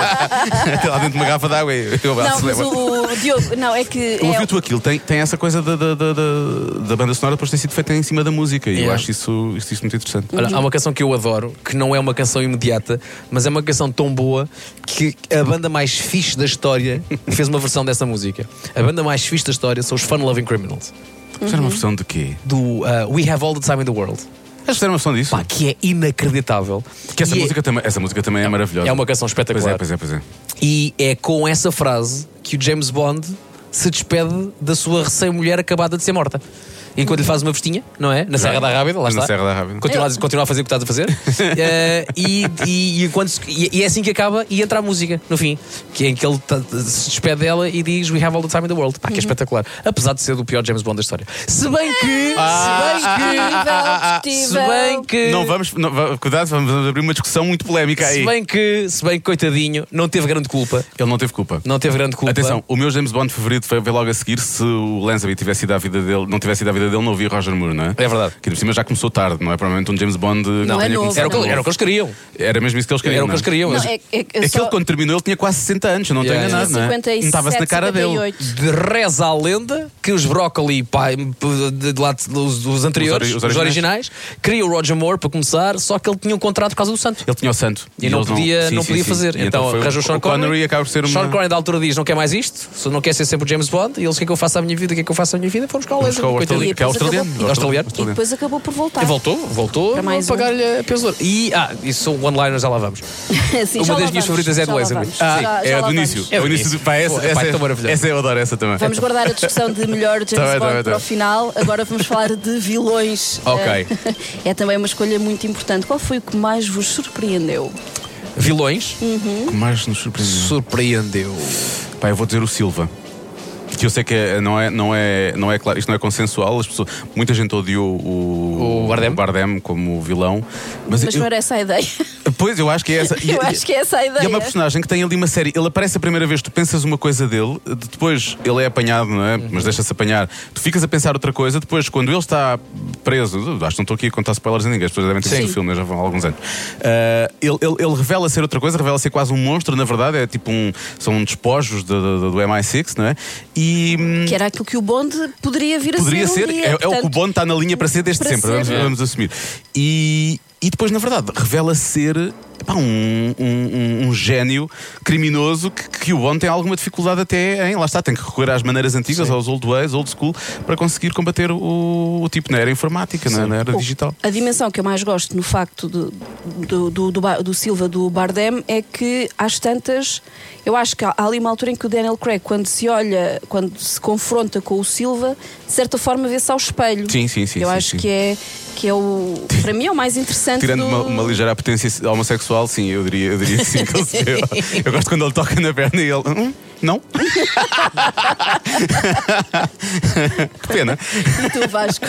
D: dentro.
E: Tem lá dentro de uma garrafa d'água e eu
C: Não,
E: acelero.
C: mas o, o Diogo, não, é que.
E: Eu
C: é-
E: ouvi-te aquilo, tem, tem essa coisa da, da, da, da- da banda sonora depois tem sido feita em cima da música e eu
D: Yeah.
E: acho isso, isso, isso muito interessante.
D: É. Olha, há uma canção que eu adoro, que não é uma canção imediata, mas é uma canção tão boa que a banda mais fixe da história fez uma versão dessa música. A banda mais fixe da história são os Fun Loving Criminals,
E: Mas era uma versão de quê?
D: do uh, We Have All the Time in the World.
E: Eles fizeram uma versão disso.
D: Pá, que é inacreditável.
E: que essa
D: E é-
E: música, também, essa música também é, maravilhosa.
D: é uma canção espetacular.
E: Pois é, pois é, pois é.
D: E é com essa frase que o James Bond se despede da sua recém-mulher acabada de ser morta. Enquanto lhe faz uma vestinha, não é? Na Serra da Rábida, lá
E: Na
D: está.
E: Serra da Rábida.
D: Continua, a- continua a fazer o que estás a fazer. Eh, e, e, e enquanto se- e- e é assim que acaba e entra a música, no fim. Que é em que ele tá- se despede dela e diz We have all the time in the world. Pá, que é espetacular. Apesar de ser do pior James Bond da história. Se bem
E: Ah,
D: que. se bem que.
C: Ah,
D: se
C: Discutível,
D: bem
C: discutível.
D: que.
E: Não vamos, não, va- cuidado, vamos vamos abrir uma discussão muito polémica aí.
D: se bem que, se bem que, coitadinho, não teve grande culpa.
E: Ele não teve culpa.
D: Não teve grande culpa.
E: Atenção, o meu James Bond favorito foi, veio logo a seguir se o Lansbury tivesse ido à vida dele, não tivesse ido à vida dele, não havia Roger Moore, não é?
D: É verdade.
E: Que por cima já começou tarde, não é? Provavelmente um James Bond que
C: Não, é
E: tenha
C: novo,
E: começado
D: Era o, que,
E: novo.
D: era o que eles queriam.
E: Era mesmo isso que eles queriam.
D: Era o que
E: não é?
D: eles queriam.
C: Não,
D: Mas
C: é, é, é
E: Aquele
C: só-
E: quando terminou, ele tinha quase 60 anos, eu não estou
D: Yeah,
E: enganado, não é?
C: 57,
E: Estava-se na cara dele.
C: 58.
D: de reza a lenda que os Broccoli, pá, de, de lá de- dos, dos anteriores,
E: ori-
D: os,
E: os
D: originais, queria o Roger Moore para começar, só que ele tinha um contrato por causa do santo.
E: Ele tinha o santo.
D: E não
E: eles
D: podia,
E: sim,
D: não
E: sim,
D: podia
E: sim.
D: fazer.
E: E
D: Então,
E: foi
D: arranjou o Sean
E: o Connery acaba por ser uma...
D: Sean Connery, da altura, diz: Não quer mais isto, se não quer ser sempre o James Bond. E eles: O que é que eu faço à minha vida? O que é que eu faço à minha vida? Fomos com a
E: Vamos
D: laser.
E: buscar o
D: coitadinho.
E: australiano, que é
C: depois acabou-
E: australiano.
D: Australiano.
C: E depois acabou por voltar.
D: E voltou, voltou
C: Para mais um.
D: a pagar-lhe a peso de ouro. E, ah, isso são one-liners, já lá vamos.
C: Sim,
D: Uma
C: já
D: das
C: lá
D: minhas
C: vamos,
D: favoritas é a
C: já
D: do
C: lá
D: Lansbury.
C: vamos.
E: Ah,
C: Já-
E: é
C: já
E: a
C: lá
E: do início.
C: vamos.
E: É o início. do- Pá, essa,
D: Pô, pá,
E: essa,
D: tão
E: essa,
D: maravilhosa.
E: eu adoro, essa também.
C: Vamos guardar a discussão de melhor James
E: Tá bem, tá
C: Bond
E: bem, tá
C: para o
E: bem.
C: final. Agora vamos falar de vilões.
E: Ok.
C: É também uma escolha muito importante. Qual foi o que mais vos surpreendeu?
D: Vilões.
E: O que mais nos surpreendeu?
D: Surpreendeu.
E: Pá, eu vou dizer o Silva. Que eu sei que é- não é, não é, não é claro, isto não é consensual. As pessoas, muita gente odiou o,
D: O Bardem.
E: como vilão. Mas,
C: Mas
E: eu,
C: não era essa a ideia.
E: Pois, eu acho que é essa.
C: Eu acho que é essa a
E: E
C: ideia.
E: é uma personagem que tem ali uma série. Ele aparece a primeira vez, tu pensas uma coisa dele, depois ele é apanhado, não é? Mas deixa-se apanhar. Tu ficas a pensar outra coisa, depois, quando ele está preso, acho que não estou aqui a contar spoilers a ninguém, as pessoas devem ter visto o filme, né? já vão há alguns anos. Ah, ele, ele- ele revela ser outra coisa, revela ser quase um monstro, na verdade, é tipo um. São despojos do, do- do MI6, não é? E. hum,
C: Que era aquilo que o Bond poderia vir a
E: Poderia
C: ser.
E: ser,
C: um dia,
E: é, é o que o
C: portanto,
E: Bond está na linha para ser desde
C: para
E: sempre,
C: ser.
E: vamos, vamos assumir. E, e depois, na verdade, revela ser pá, um, um- um- um gênio criminoso que, que o Bond tem alguma dificuldade até em. Lá está, tem que recorrer às maneiras antigas, aos old ways, old school, para conseguir combater o, o tipo na era informática, na, na era digital.
C: A dimensão que eu mais gosto no facto do, do, do, do Ba- do Silva, do Bardem, é que às tantas, eu acho que há há ali uma altura em que o Daniel Craig, quando se olha, quando se confronta com o Silva, de certa forma vê-se ao espelho.
E: Sim, sim, sim,
C: Eu
E: sim,
C: acho
E: sim.
C: que é que é o para mim é o mais interessante.
E: Tirando
C: do...
E: uma, uma ligeira apetência homossexual, sim, eu diria, eu diria sim que ele se vê. Eu gosto quando ele toca na perna e ele. "Hum, não? que pena.
C: E tu, Vasco.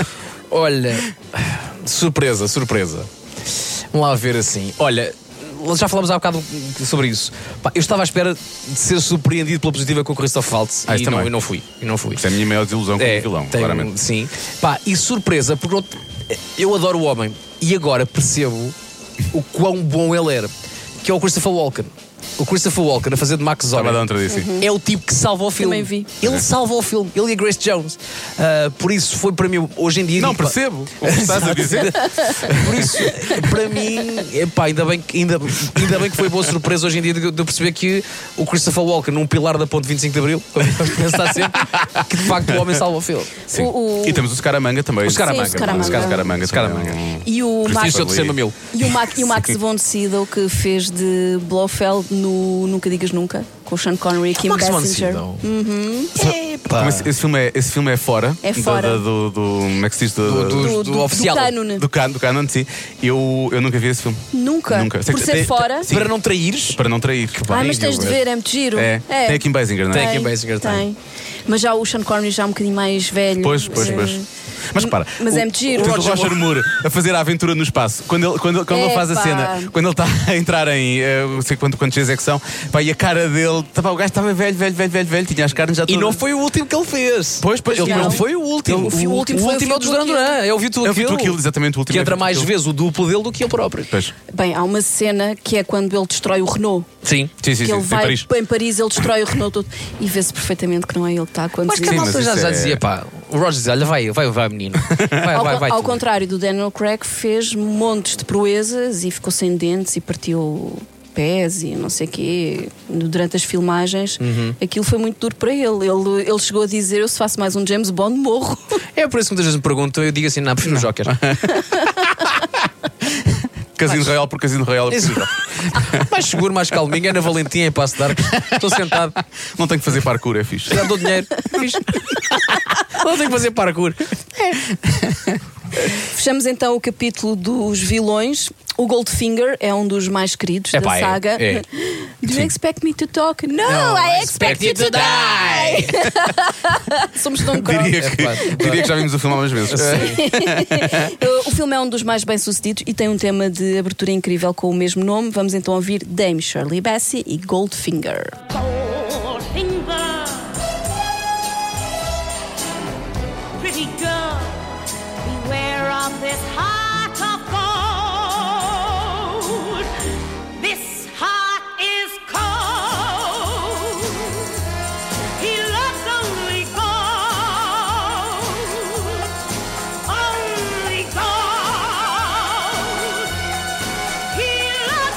D: Olha, surpresa, surpresa. Vamos lá ver assim. Olha, já falámos há bocado sobre isso. Pá, eu estava à espera de ser surpreendido pela positiva concorrência de Faltz
E: Ah,
D: e,
E: isso
D: não,
E: também.
D: e não fui. E não fui.
E: Isto é a minha maior desilusão como vilão,
D: tenho-
E: claramente.
D: um Sim. Pá, e surpresa, porque outro- eu adoro o homem e agora percebo o quão bom ele era, que é o Christopher Walken. O Christopher Walken a fazer de Max
E: Estava a dar
D: Zoller
E: um tradição.
D: é o tipo que salva o filme.
C: Uhum. Também vi.
E: É.
D: Ele salva o filme, ele e a Grace Jones. Ah, por isso foi para mim, hoje em dia.
E: Não,
D: digo, pá,
E: percebo o que estás a dizer.
D: Por isso, para mim, epá, ainda, bem que, ainda, ainda bem que foi boa surpresa hoje em dia de, de eu perceber que o Christopher Walker, num pilar da ponte 25 de Abril, como eu penso está sempre, que de facto o homem salva o filme.
E: Sim.
C: O- o-
E: E temos o Scaramanga também. O
D: Scaramanga.
C: Sim, o Scaramanga.
E: Scaramanga.
D: Scaramanga.
E: também é um-
C: E o
E: Christopher
C: Max
D: Isto é de ser mamilo.
C: E o, Mac- e o Max von Sydow que fez de Blofeld no Nunca Digas Nunca, com o Sean Connery e Kim
D: Max von
C: Basinger.
D: Sydow.
E: Então, esse, esse filme é, esse filme é fora.
C: É fora.
E: Da, da- do, do, como é que se diz? Do,
D: Do- do-
C: Do, do, do
D: oficial.
C: cânone.
E: do can- do canon, sim. Eu, eu nunca vi esse filme.
C: Nunca.
E: Nunca. Sei
C: Por
E: que
C: ser
E: tem-
C: fora.
E: sim.
D: Para não traíres.
E: Para não trair. Que
C: Ah,
E: bem,
C: mas tens de
E: Gilbert.
C: ver, é muito giro.
E: É. Tem aqui em Basinger, não é?
D: Tem aqui em Basinger, tem.
C: Mas já o Sean Connery já é um bocadinho mais velho.
E: Pois, pois,
C: Eh,
E: pois. Mas repara,
C: mas
E: o,
C: é muito giro.
E: o
C: Roger
E: Roger, Moore a fazer a aventura no espaço, quando ele, quando, ele- quando ele faz a
C: Epá.
E: cena, quando ele está a entrar em eh, não sei quanto, quantos dias é que são, pá, e a cara dele, tá, pá, o gajo estava velho, velho, velho, velho, velho, tinha as carnes já
D: E
E: todas.
D: não foi o último que ele fez.
E: Pois, pois, ele
D: Ele não
E: depois-
D: foi o último.
C: O fi- o último foi o
D: é o dos
C: Vitor
D: Duran
C: Kill.
D: Duran. É o Vitor
E: É o Vitor
D: Kill,
E: Kill, exatamente, o último
D: Que
E: é o
D: entra
E: Vitor
D: mais
E: Kill.
D: vezes o duplo dele do que ele próprio.
E: Pois.
C: Bem, há uma cena que é quando ele destrói o Renault.
D: Sim.
E: Sim, sim,
C: que
E: sim,
C: ele
E: em
C: vai
E: Paris.
C: ele destrói o Renault todo e vê-se perfeitamente que não é ele que está a
D: Mas
C: conduzir.
D: que a
E: Sim,
D: malta
E: mas
D: já,
E: isso
D: já
E: é-
D: dizia, pá, o Roger dizia, olha, vai, vai, vai, menino. Vai,
C: ao,
D: vai,
C: con-
D: vai.
C: ao
D: tu.
C: contrário do Daniel Craig, fez montes de proezas e ficou sem dentes e partiu pés e não sei quê no- durante as filmagens.
E: Uhum.
C: Aquilo foi muito duro para ele. ele. Ele chegou a dizer: Eu se faço mais um James Bond, morro.
D: É por isso que muitas vezes me perguntam, eu digo assim, não, prefiro o Joker.
E: Casino Royal por Casino Royal.
D: Isso. mais seguro, mais calminho, é na Valentim, em Passo de Arcos. Estou sentado,
E: Não tenho que fazer parkour, é fixe.
D: já dou dinheiro. Fiz. Não tenho que fazer parkour.
C: Fechamos então o capítulo dos vilões. O Goldfinger é um dos mais queridos
D: Epá,
C: da
D: é,
C: saga.
E: é.
C: Do you expect me to talk? No, I expect, you to die! Somos um tão
E: Diria
D: É,
E: que,
D: pá,
E: diria que já vimos o filme algumas vezes.
C: Uh, o filme é um dos mais bem-sucedidos e tem um tema de abertura incrível com o mesmo nome. Vamos então ouvir Dame Shirley Bassey e Goldfinger.
F: Goldfinger. Pretty girl, beware of this heart of gold. This heart is cold. He loves only gold. Only gold. He loves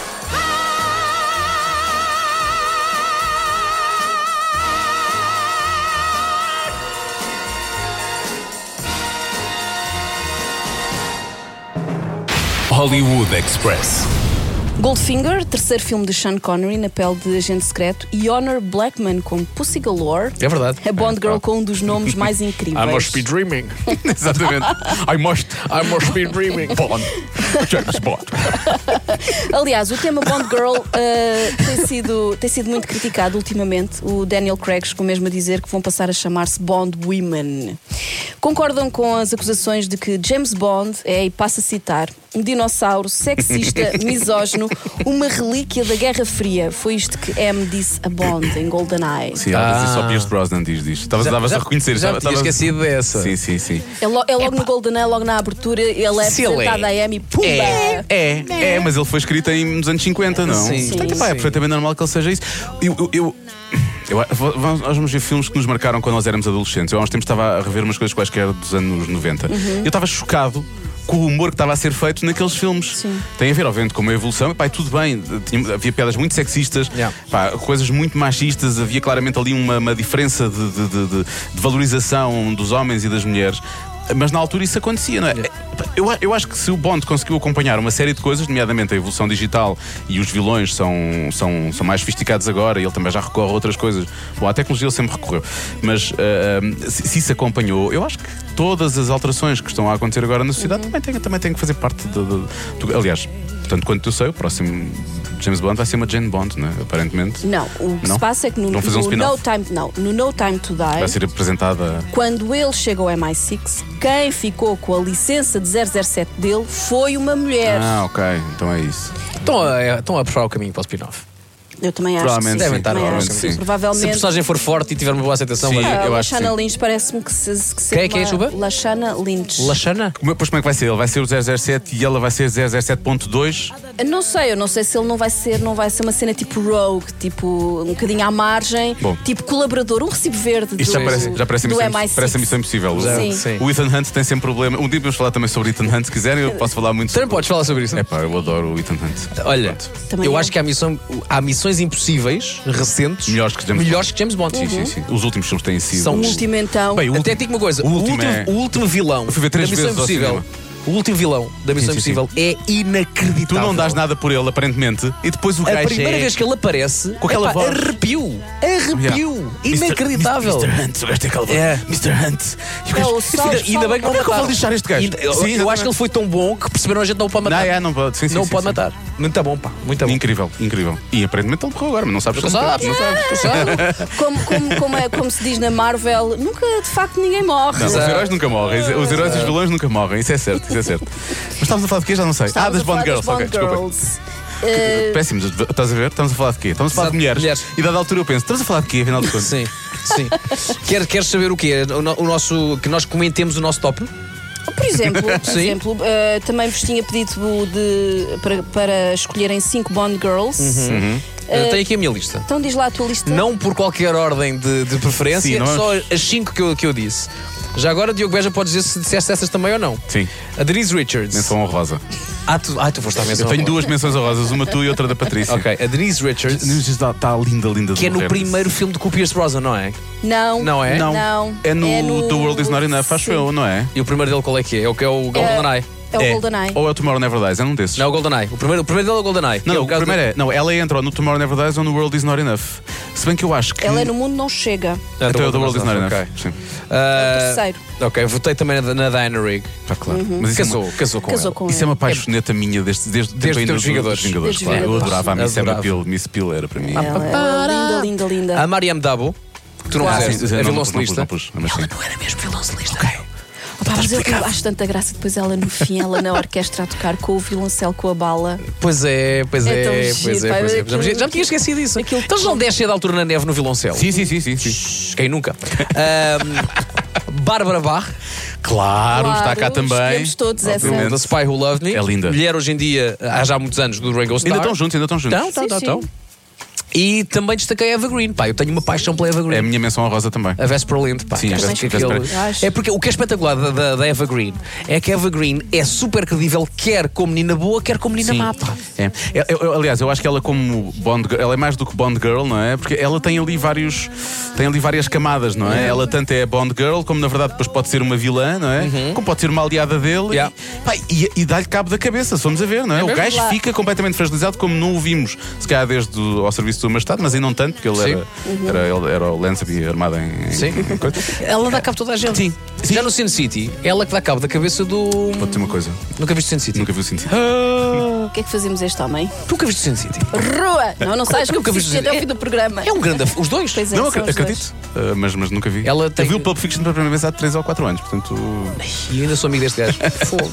B: Hollywood Express.
C: Goldfinger, terceiro filme de Sean Connery na pele de agente secreto e Honor Blackman com Pussy Galore.
D: É verdade.
C: A Bond Girl com um dos nomes mais incríveis.
D: dreaming.
E: Exatamente. I must.
D: I must be dreaming.
E: Bond. James Bond.
C: Aliás, o tema Bond Girl eh, tem, sido, tem sido muito criticado ultimamente. O Daniel Craig chegou mesmo a dizer que vão passar a chamar-se Bond Women. Concordam com as acusações de que James Bond é, e passo a citar, um dinossauro sexista, misógino, uma relíquia da Guerra Fria. Foi isto que M disse a Bond em GoldenEye.
E: Sim, ela diz isso, só Pierce Brosnan diz disto. Estavas
D: Ah. Já-
E: estavas
D: já-
E: a reconhecer.
D: já me tinha
E: estavas-
D: esquecido dessa.
E: Sim, sim, sim.
C: É, lo- é logo no GoldenEye, logo na abertura, ele é
D: Se ele é.
C: apresentado a M e pumba!
D: É.
E: É, é, mas ele foi escrito em, nos anos 50, não?
D: Sim.
E: Portanto, pá, é
D: Sim.
E: perfeitamente normal que ele seja isso. Eu. eu, eu- eu- v- vamos- nós vamos ver filmes que nos marcaram quando nós éramos adolescentes. Eu há uns tempos estava a rever umas coisas quaisquer dos anos 90.
D: Uhum.
E: Eu estava chocado com o humor que estava a ser feito naqueles filmes.
C: Sim.
E: Tem a ver, obviamente, com uma evolução. E, pá, e tudo bem, Tinha- havia piadas muito sexistas,
D: Yeah.
E: pá, coisas muito machistas, havia claramente ali uma, uma diferença de, de- de- de- de valorização dos homens e das mulheres. Mas na altura isso acontecia, não é? Eu, a- eu acho que se o Bond conseguiu acompanhar uma série de coisas, nomeadamente a evolução digital e os vilões são, são, são mais sofisticados agora e ele também já recorre a outras coisas. Bom, à tecnologia ele sempre recorreu. Mas ah, ah, se, se isso acompanhou, eu acho que todas as alterações que estão a acontecer agora na sociedade também, têm, também têm que fazer parte de, de- do- Aliás, tanto quanto eu sei, o próximo James Bond vai ser uma Jane Bond, não é? aparentemente.
C: Não, o que se passa é que no,
E: Vão fazer um
C: no no
E: spin-off.
C: time, não, no No Time to Die.
E: Vai ser apresentada.
C: Quando ele chega ao MI6, quem ficou com a licença de 007 dele foi uma mulher.
E: Ah, ok, então é isso.
D: Estão a, é, estão a puxar o caminho para o spin-off.
C: Eu também acho
E: Provavelmente
C: que sim.
E: sim,
C: também
E: provavelmente
C: acho que sim.
D: Se
E: sim.
D: a
C: Provavelmente.
D: personagem for forte e tiver uma boa aceitação,
E: Sim.
D: vai-
C: Ah,
E: é eu acho que
C: Lashana
E: sim.
C: Lynch parece-me que se. Que se
D: Quem é que é,
C: uma-
D: desculpa?
C: Lashana Lynch.
D: Lashana.
E: Como- Pois como é que vai ser? Ele vai ser o 007 e ela vai ser 007.2?
C: Eu Não sei, eu não sei se ele não vai ser, não vai ser uma cena tipo rogue, tipo um bocadinho à margem,
E: Bom.
C: tipo colaborador, um recibo verde.
E: Isto já
C: do-
E: parece, já parece, a
C: do É
E: missão,
C: MI6.
E: parece a missão impossível.
D: Já,
E: O-
D: sim.
E: O Ethan Hunt tem sempre problema. Um dia vamos falar também sobre Ethan Hunt, se quiserem, eu posso falar muito
D: Também
E: sobre.
D: podes falar sobre isso.
E: É pá, eu adoro o Ethan Hunt.
D: Olha,
C: Também
D: eu
C: eu.
D: acho que há, missão- há missões impossíveis, recentes,
E: Melhores que James
D: melhores
E: Bond.
D: que James Bond.
E: Sim, sim, sim. Os últimos filmes têm sido.
D: São
C: O último então.
E: Bem, o
D: Até
E: último-
D: digo uma coisa: o
E: o
D: último,
E: último é-
D: o último vilão
E: fui ver três
D: da Missão
E: vezes ao
D: Impossível.
E: cinema.
D: O último vilão da Missão
E: Sim, sim,
D: Impossível é inacreditável.
E: Tu não dás nada por ele, aparentemente, e depois o
D: A
E: gajo.
D: primeira
E: é...
D: vez que ele aparece,
E: Com aquela
D: epá,
E: voz.
D: arrepio. Arrepio. Inacreditável.
E: Mr. Hunt, o gajo tem aquela voz.
D: É.
E: Mr. Hunt. E o
C: É,
E: gajo-
C: o sol-
D: Ainda, ainda bem que não
E: Como é que eu
D: mataram.
E: vou lixar este gajo?
D: Ainda- eu-
E: Sim,
D: eu acho
E: exatamente.
D: que ele foi tão bom que perceberam a gente não o pode
E: Não,
D: matar.
E: é, não pode. Sim, sim,
D: não
E: sim,
D: pode
E: sim.
D: matar. Muito bom, pá. Muito bom.
E: tá Incrível, incrível. E aparentemente ele morreu agora, mas não sabes
D: Não
E: como. é
D: sabes, não sabes, não sabes.
C: Como, como, como, é- como se diz na Marvel, nunca de facto ninguém morre.
E: Não, os
D: Exato.
E: heróis nunca morrem, os heróis e os vilões nunca morrem, isso é certo, isso é certo. Mas estávamos a falar de quê? Já não sei. ah,
C: Estávamos
E: das
C: a falar
E: Bond Girls, ok,
C: Bond
E: desculpa.
C: Girls. Eh,
E: Péssimos, estás a ver? Estamos a falar de quê? Estamos a falar de
D: Exato,
E: mulheres.
D: mulheres.
E: E dada altura eu penso, estamos a falar de quê, afinal de contas?
D: Sim, sim. Quer, queres saber o quê? O, no- o nosso, que nós comentemos o nosso top?
C: Oh, Por exemplo, por
D: Sim.
C: exemplo eh, também vos tinha pedido de, para, para escolherem 5 Bond Girls.
E: Uhum.
C: Eh,
D: Tenho aqui a minha lista.
C: Então diz lá a tua lista.
D: Não por qualquer ordem de, de preferência,
E: Sim, não é?
D: só as 5 que eu, que eu disse. Já agora, Diogo Beja, podes dizer se disseste essas também ou não.
E: Sim.
D: A Denise Richards.
E: Menção honrosa.
D: Ah, tu, ah, tu foste à menção.
E: Eu tenho
D: agora.
E: duas menções honrosas, uma tu e outra da Patrícia.
D: Ok, a Denise Richards,
E: Está, está tá, linda, linda de
D: que é no
E: morrer.
D: primeiro filme de com o Pierce Brosnan, não é?
C: Não.
D: Não é?
E: Não.
C: Não.
E: É no,
C: É no-
E: The World Is Not Enough, acho
C: Sim.
E: eu, não é?
D: E o primeiro dele qual é que é? É o que é o GoldenEye.
C: É o GoldenEye.
E: Ou é o Tomorrow Never Dies, é um desses.
D: Não, é o GoldenEye. O primeiro, o primeiro dele é o GoldenEye. que
E: Não,
D: é
E: não, o
D: caso
E: primeiro é. Não, ela entra ou no Tomorrow Never Dies ou no World Is Not Enough. Se bem que eu acho que.
C: Ela é no mundo não chega.
D: do-
E: Então é o The World Is Not
D: Ok.
E: Enough. Sim.
D: Ah,
C: o terceiro.
D: Ok, votei também na, na Diana Rigg.
E: Está claro. Mas isso é
D: Casou,
E: uma-
D: casou com
C: Casou
D: ela.
C: com
E: Isso é
C: ele.
E: uma paixoneta minha desde,
D: Desde
E: desde, o tempo ainda
D: os
E: dos
D: Vingadores.
E: Vingadores.
C: Desde
E: claro. Eu
C: Vingadores.
E: adorava a Miss
D: Adorava.
E: Emma Peel. Miss Peel era para mim.
C: Ela, ela é linda, linda, linda.
D: A Mariam Dabo, que tu não
E: Ah, sim,
D: fizeste,
E: não-
D: é
E: não-
D: violoncelista.
E: não pus, não pus, mas sim.
C: Não era mesmo violoncelista. Opa, mas eu, eu acho tanta graça depois ela no fim, ela na orquestra a tocar com o violoncelo com a bala.
D: Pois é, pois
C: É
D: é,
C: tão
D: pois
C: giro,
D: é,
C: pá,
D: pois é. Já,
C: aquilo-
D: me- já me tinha esquecido isso.
C: aquilo-
D: Então não desce da altura na neve no violoncelo.
E: Sim, sim, sim, sim. sim.
D: Shhh, Quem nunca? Ahm, Bárbara Barr,
E: Claro, está cá também.
C: escolhemos todos essa.
E: Obviamente.
D: da Spy Who Loved Me.
E: É linda.
D: Mulher hoje em dia, há já muitos anos, do Ringo Starr.
E: Ainda estão juntos, ainda estão juntos.
D: Estão, estão,
C: Sim,
D: estão, estão.
C: sim.
D: E também destaquei a Evergreen, pá. Eu tenho uma paixão pela Evergreen.
E: É a minha menção honrosa também.
D: A Vesper Lind, pá.
E: Sim,
D: que
E: a
D: acho
E: Vesper-
D: que aquilo-
E: Vesper-
C: Acho.
D: É porque o que é espetacular da, da, da Eva Green é que a Eva Green é super credível, quer como menina boa, quer como menina
E: Sim.
D: má, pá.
E: É. Eu- eu- aliás, eu acho que ela como Bond Girl, ela é mais do que Bond Girl, não é? Porque ela tem ali vários tem ali várias camadas, não
D: Uhum.
E: é? Ela tanto é Bond Girl, como na verdade depois pode ser uma vilã, não é? Como pode ser uma aliada dele
D: Uhum. Yeah.
E: e, pá, e- e dá-lhe cabo da cabeça, se vamos a ver, não é? o gajo
C: Claro.
E: fica completamente fragilizado, como não o vimos, se calhar desde o, ao serviço do Majestade, mas ainda não tanto, porque ele era, era, ele era o Lanceby armado em, em-
D: Sim.
E: em coisa.
D: Ela dá cabo toda a gente. Sim. Já no Sin City, ela que dá cabo da cabeça do.
E: Vou-te dizer uma coisa,
D: Nunca viste Sin City? Ah,
E: nunca vi o sentido.
C: O que é que fazemos a este homem?
D: Nunca viste Sin City?
C: Rua! Não, não sais
D: Nunca
C: nunca
E: é
D: vi
C: vi até
D: dizer-
C: o fim do programa.
D: É um grande. af- Os dois?
C: Pois é,
E: Não,
C: são
E: acre-
C: os
E: acredito, ah, mas, mas nunca vi.
D: Ela tem-
E: Eu vi o Pulp Fiction pela primeira vez há 3 ou 4 anos, portanto.
D: E ainda sou amigo deste gajo. Fogo.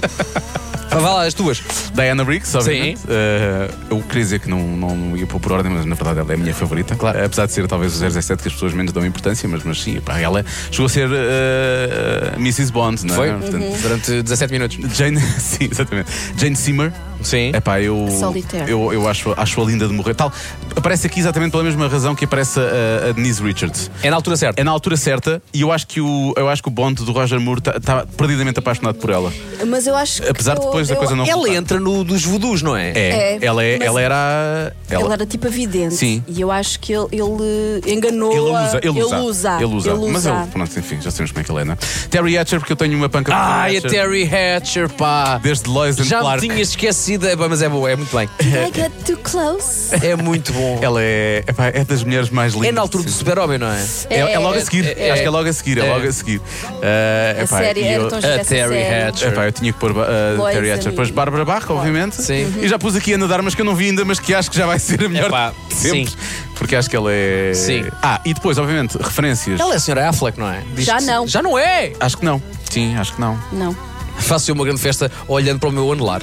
D: Vá lá, as tuas.
E: Diana Riggs, obviamente. Eh, eu queria dizer que não, não ia pôr por ordem, mas na verdade ela é a minha favorita. Claro. Apesar de ser talvez o 007 que as pessoas menos dão importância, mas, mas sim, pá, ela chegou a ser eh, Mrs. Bond, não é?
D: Foi?
E: Portanto,
D: Durante 17 minutos.
E: Jane, sim, exatamente. Jane Seymour.
D: Sim.
E: É pá, eu.
C: Solitaire.
E: Eu, eu acho, acho a linda de morrer. Tal, aparece aqui exatamente pela mesma razão que aparece a, a Denise Richards.
D: É na altura certa.
E: É na altura certa e eu acho que o, eu acho que o Bond do Roger Moore está perdidamente apaixonado por ela.
C: Mas eu acho que.
E: Apesar de
C: eu-
E: depois da
C: eu-
E: coisa não
D: Ela
E: voltar.
D: entra no dos voodoos, não é?
E: É,
C: É,
E: ela, é,
C: mas-
E: ela era.
C: Ela,
E: Ela,
C: era tipo a vidente.
E: Sim.
C: E eu acho que ele, ele enganou.
E: Ele usa, ele usa.
C: usa.
E: Ele usa.
C: ele
E: Mas
C: usa.
E: ele, pronto, enfim, já sabemos como é que ele é, não é? Terry Hatcher, porque eu tenho uma panca para
D: Ai, a Terry Hatcher, pá.
E: Desde Lois and
D: Já me
E: Clark.
D: tinha esquecido, é, pá, mas é boa, é muito bem.
C: I get too close.
D: É muito bom.
E: Ela é, epá, é das mulheres mais lindas.
D: É na altura do
E: Sim.
D: super-homem, não é?
E: É, é logo a seguir,
D: É, é.
E: acho que é logo a seguir, é,
D: É.
E: logo a seguir. Uh,
C: A
E: epá,
C: série
E: e
C: era
E: eu, é
C: tão gira
D: a
C: essa
D: Terry
C: série.
D: Hatch.
E: epá, eu tinha que pôr uh,
C: Lois
E: Terry
C: and-
E: Hatcher. Depois Bárbara Barra, obviamente.
D: Sim.
E: E já pus aqui a nadar, mas que eu não vi ainda, mas que acho que já vai ser a melhor.
D: Epá,
E: de sempre.
D: sim.
E: Porque acho que ela é.
D: Sim.
E: Ah, e depois, obviamente, referências.
D: Ela é a senhora Affleck, não é? Diz
C: Já
D: que se-
C: não.
D: Já não é!
E: Acho que não. Sim, acho que não.
C: Não.
D: Faço eu uma grande festa olhando para o meu anelar.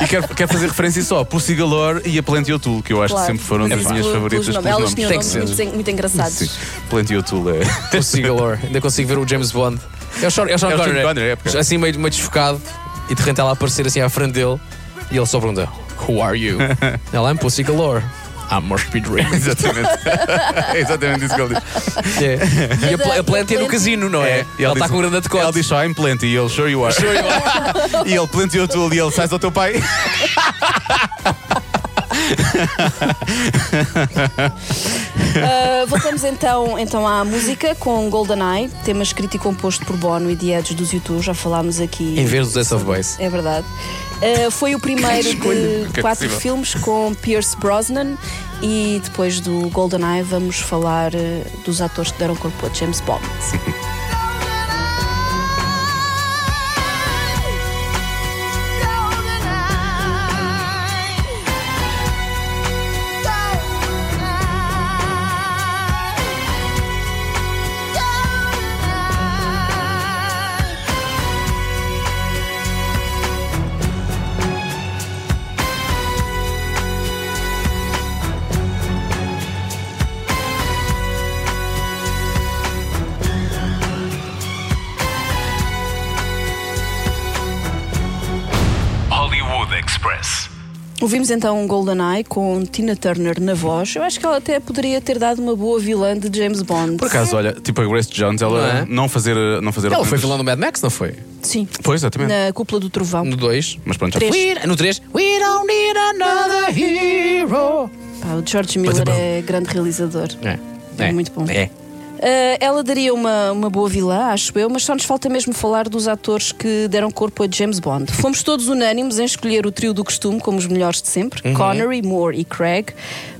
E: E quero, quero fazer referência só a Pussy Galore e a Plenty O'Toole, que eu acho
C: claro.
E: que sempre foram das
C: Mas
E: minhas
C: pelo-
E: favoritas
C: pelos
E: pelos
C: nomes. Elas
E: nomes.
C: tinham
D: Tem que
C: nomes
D: ser.
C: muito, muito engraçados.
E: Sim. Plenty O'Toole é.
D: Consigo, Galore. Ainda consigo ver o James Bond. É o Sean, é o Sean
E: É o Sean
D: Connery.
E: Connery, é, porque-
D: assim, meio, meio desfocado. E de repente ela aparecer assim à frente dele. E ele só pergunta: Who are you? ela é Pussy Galore. I'm more speed race.
E: Exatamente. É Exatamente isso que ele diz.
D: É. E a,
C: eh,
D: pla- a Plenty é no casino, não é?
E: e
D: ela está
E: diz-
D: com um grande decote.
E: Ela diz só I'm Plenty e ele sure you are. e ele Plenty O'Toole e ele sai ao teu pai.
C: Uh, voltamos então, então à música com GoldenEye, tema escrito e composto por Bono e Diedes dos YouTube, já falámos aqui.
E: É
D: Em vez dos Ace of Base.
C: É verdade. Uh, foi o primeiro
E: escolha. Que
C: de
E: é
C: quatro
E: possível.
C: filmes com Pierce Brosnan e depois do GoldenEye vamos falar uh, dos atores que deram corpo a James Bond.
B: Hollywood Express.
C: Ouvimos então GoldenEye com Tina Turner na voz. Eu acho que ela até poderia ter dado uma boa vilã de James Bond.
E: Por acaso, olha, tipo a Grace Jones,
D: Não
E: ela não,
D: é?
E: fazer. Não fazer
D: Ela foi
E: openings.
D: vilã do Mad Max, não foi?
C: Sim.
E: Foi, exatamente.
C: Na Cúpula do Trovão.
E: Hum.
D: No 2.
E: Mas pronto, já
C: Três.
D: No 3. We don't need another hero.
C: Pá, Ah, o George Miller
D: Pois é,
C: é grande realizador.
D: É.
C: É muito bom.
D: É.
C: Uh, ela daria uma, uma boa vilã, acho eu, mas só nos falta mesmo falar dos atores que deram corpo a James Bond. Fomos todos unânimes em escolher o trio do costume como os melhores de
E: Uhum.
C: sempre: Connery, Moore e Craig.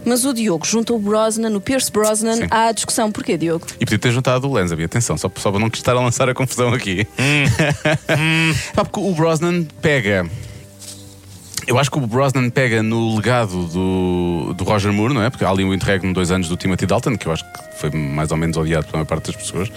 C: Mas o Diogo juntou o Brosnan, o Pierce Brosnan,
E: Sim.
C: à discussão. Porquê, Diogo?
E: E podia ter juntado o Lenz, havia atenção, só, só para não estar a lançar a confusão aqui. Hum. Pá, porque o Brosnan pega. Eu acho que o Brosnan pega no legado do, do Roger Moore, não é? Porque há ali o interregno de dois anos do Timothy Dalton, que eu acho que foi mais ou menos odiado pela maior parte das pessoas.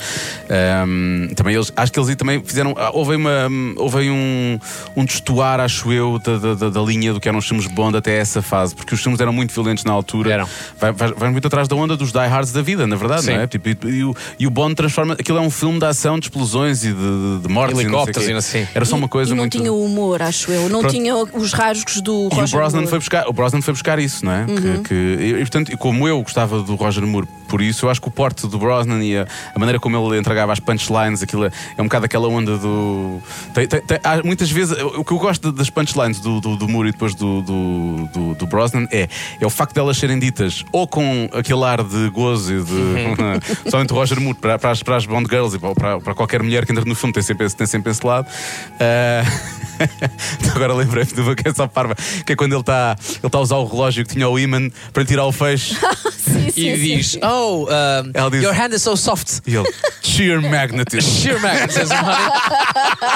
E: Ahm, também eles, acho que eles aí também fizeram. ah, Houve, aí uma, houve aí um, um destoar, acho eu, da, da, da- da linha do que eram os filmes Bond até essa fase, porque os filmes eram muito violentos na altura.
D: Eram.
E: Vai, vai- vai muito atrás da onda dos diehards da vida, na verdade,
D: Sim.
E: não é? Tipo, e, e o, e o Bond transforma. Aquilo é um filme de ação, de explosões e de, de, de mortes.
D: Helicópteros
E: e
D: e
E: não
D: não
E: sei
D: sei
E: o
D: quê.
E: quê. Era só
C: E-
E: uma coisa
C: e não
E: muito.
C: tinha o humor, acho eu. Não
E: Pronto.
C: tinha os rasgos do
E: E o
C: Roger
E: Brosnan
C: Moore. Uhum.
E: foi buscar, o Brosnan foi buscar isso, não é? Que, que- e, e, portanto, como eu gostava do Roger Moore por isso, eu acho que o porte do Brosnan e a, a maneira como ele entregava as punchlines, aquilo é é um bocado aquela onda do. tem- tem- tem- há muitas vezes, o que eu gosto das punchlines do, do, do Moore e depois do, do, do- do Brosnan é, é o facto delas serem ditas ou com aquele ar de gozo e de. somente o Roger Moore para, para as, para as Bond Girls e para, para- para qualquer mulher que entra no filme tem sempre esse, tem sempre esse lado. Ah, Agora lembrei-me de uma que é só parva, que é quando ele está ele tá a usar o relógio que tinha o imã para lhe tirar o feixe
C: Sim, sim,
D: E
C: sim.
D: diz: Oh, um,
E: Ela diz-
D: your hand is so soft.
E: e ele, sheer magnetism.
D: Sheer Max.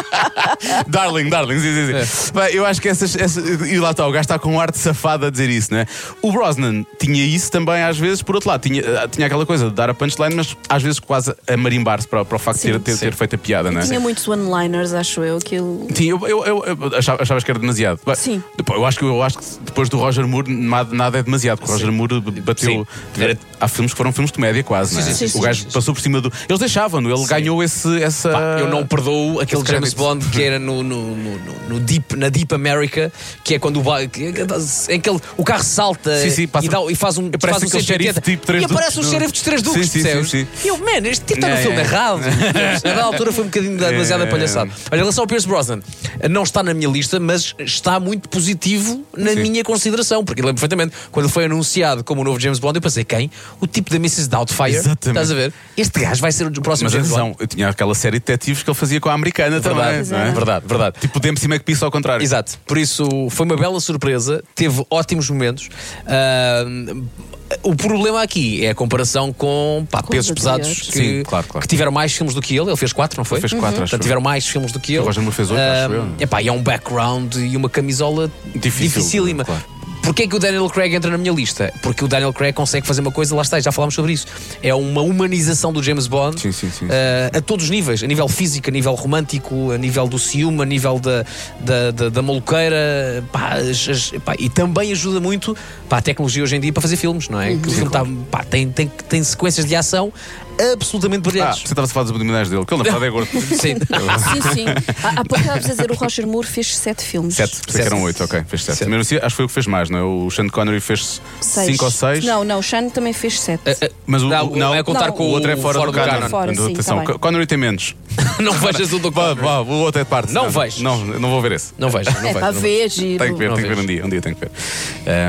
E: darling, darling, sim, sim, sim.
D: É.
E: Bem, eu acho que essas, essas- E lá está, o gajo está com um ar de safado a dizer isso, né? O Brosnan tinha isso também às vezes, por outro lado, tinha, ah, tinha aquela coisa de dar a punchline, mas às vezes quase a marimbar-se para, para o facto de ter, ter,
D: sim.
E: ter feito a piada, né?
C: Tinha muitos one-liners, acho eu. Aquilo...
E: Sim, eu, eu, eu- eu achava, achavas que era demasiado. Bem,
C: Sim.
E: depois- Eu acho, que, eu acho que depois do Roger Moore nada, nada é demasiado. porque O Roger
D: Sim.
E: Moore bateu.
D: Sim.
E: tiver- há filmes que foram filmes de comédia quase, não é?
D: sim, sim,
E: O
D: sim,
E: gajo
D: sim, sim.
E: passou por cima do. Eles deixavam-no, ele ganhou esse, essa.
D: Pá, eu não perdoo aquele
E: Esse
D: James
E: crédito.
D: Bond que era no, no, no- no- no Deep, na Deep America, que é quando o, ba- que- que- em que ele- o carro salta
E: Sim, sim, passa-
D: e, dá- e faz um,
E: Parece
D: faz um
E: aquele xerife
D: 180,
E: tipo três
D: e aparece
E: duques,
D: um
E: não?
D: xerife dos três duques,
E: Sim, sim,
D: percebes?
E: sim,
D: E eu, man, este tipo está no
E: É,
D: filme
E: é.
D: errado. Na altura foi um bocadinho da- demasiada
E: É.
D: palhaçada. Olha, em relação ao Pierce Brosnan, não está na minha lista, mas está muito positivo na
E: Sim.
D: minha consideração, porque lembro perfeitamente, quando ele foi anunciado como o novo James Bond, eu pensei, quem? O tipo da Mrs. Doubtfire,
E: Exatamente.
D: estás a ver? Este gajo vai ser o próximo
E: Mas
D: James Bond.
E: atenção, eu tinha aquela série de detetives que ele fazia com a americana
D: Verdade,
E: também. não é?
D: verdade, verdade.
E: Tipo Dempsey McPeace ao contrário.
D: Exato, por isso foi uma bela surpresa, teve ótimos momentos. Ahm, o problema aqui é a comparação com, pá,
C: Com
D: pesos
C: os
D: pesados
C: anteriores.
D: que,
E: Sim, claro, claro.
D: que tiveram mais filmes do que ele. Ele fez quatro, não foi? Uhum.
E: Ele fez quatro, acho
D: Portanto,
E: eu.
D: tiveram mais filmes do que ele.
E: Roger Moore fez oito, acho
D: Ahm,
E: eu.
D: epá, e é um background e uma camisola
E: Difícil,
D: dificílima.
E: claro.
D: Porquê é que o Daniel Craig entra na minha lista? Porque o Daniel Craig consegue fazer uma coisa, lá está, já falámos sobre isso. É uma humanização do James Bond
E: Sim, sim, sim,
D: eh, a todos os níveis, a nível físico, a nível romântico, a nível do ciúme, a nível da, da, da, da maluqueira, pá, as- as- pá, e também ajuda muito pá, a tecnologia hoje em dia para fazer filmes, não é? Que o filme tá- pá, tem, tem, tem sequências de ação absolutamente
E: Ah,
D: brilhantes.
E: você estava a falar dos abdominais dele, que ele na verdade é gordo.
D: Sim. Ah,
C: Sim, sim. Ah, Há, há pouco estávamos a dizer o Roger Moore fez sete filmes.
E: Sete, pensei que eram oito, ok, fez sete.
D: Sete.
E: Mas assim, acho que foi o que fez mais, não é? O Sean Connery fez
C: Seis.
E: cinco ou seis. Eh,
C: Não, não, o Shane também fez sete.
E: Mas o,
D: Não,
E: o- não,
D: é contar
C: Não,
D: com
E: o outro é fora, do canon.
C: Fora,
E: Portanto,
C: sim,
E: atenção,
C: tá bem.
E: Connery tem menos.
D: Não vejas o do
E: Vá,
D: Connery.
E: vá, o outro é de parte.
D: Não vejas.
E: Não, não vou ver esse.
D: Não vejas, não
C: é
D: vejas.
C: para
D: não vejas.
C: ver, giro.
E: Tenho que ver,
D: Não
E: tenho que
D: vejo.
E: ver um dia, um dia tenho que ver.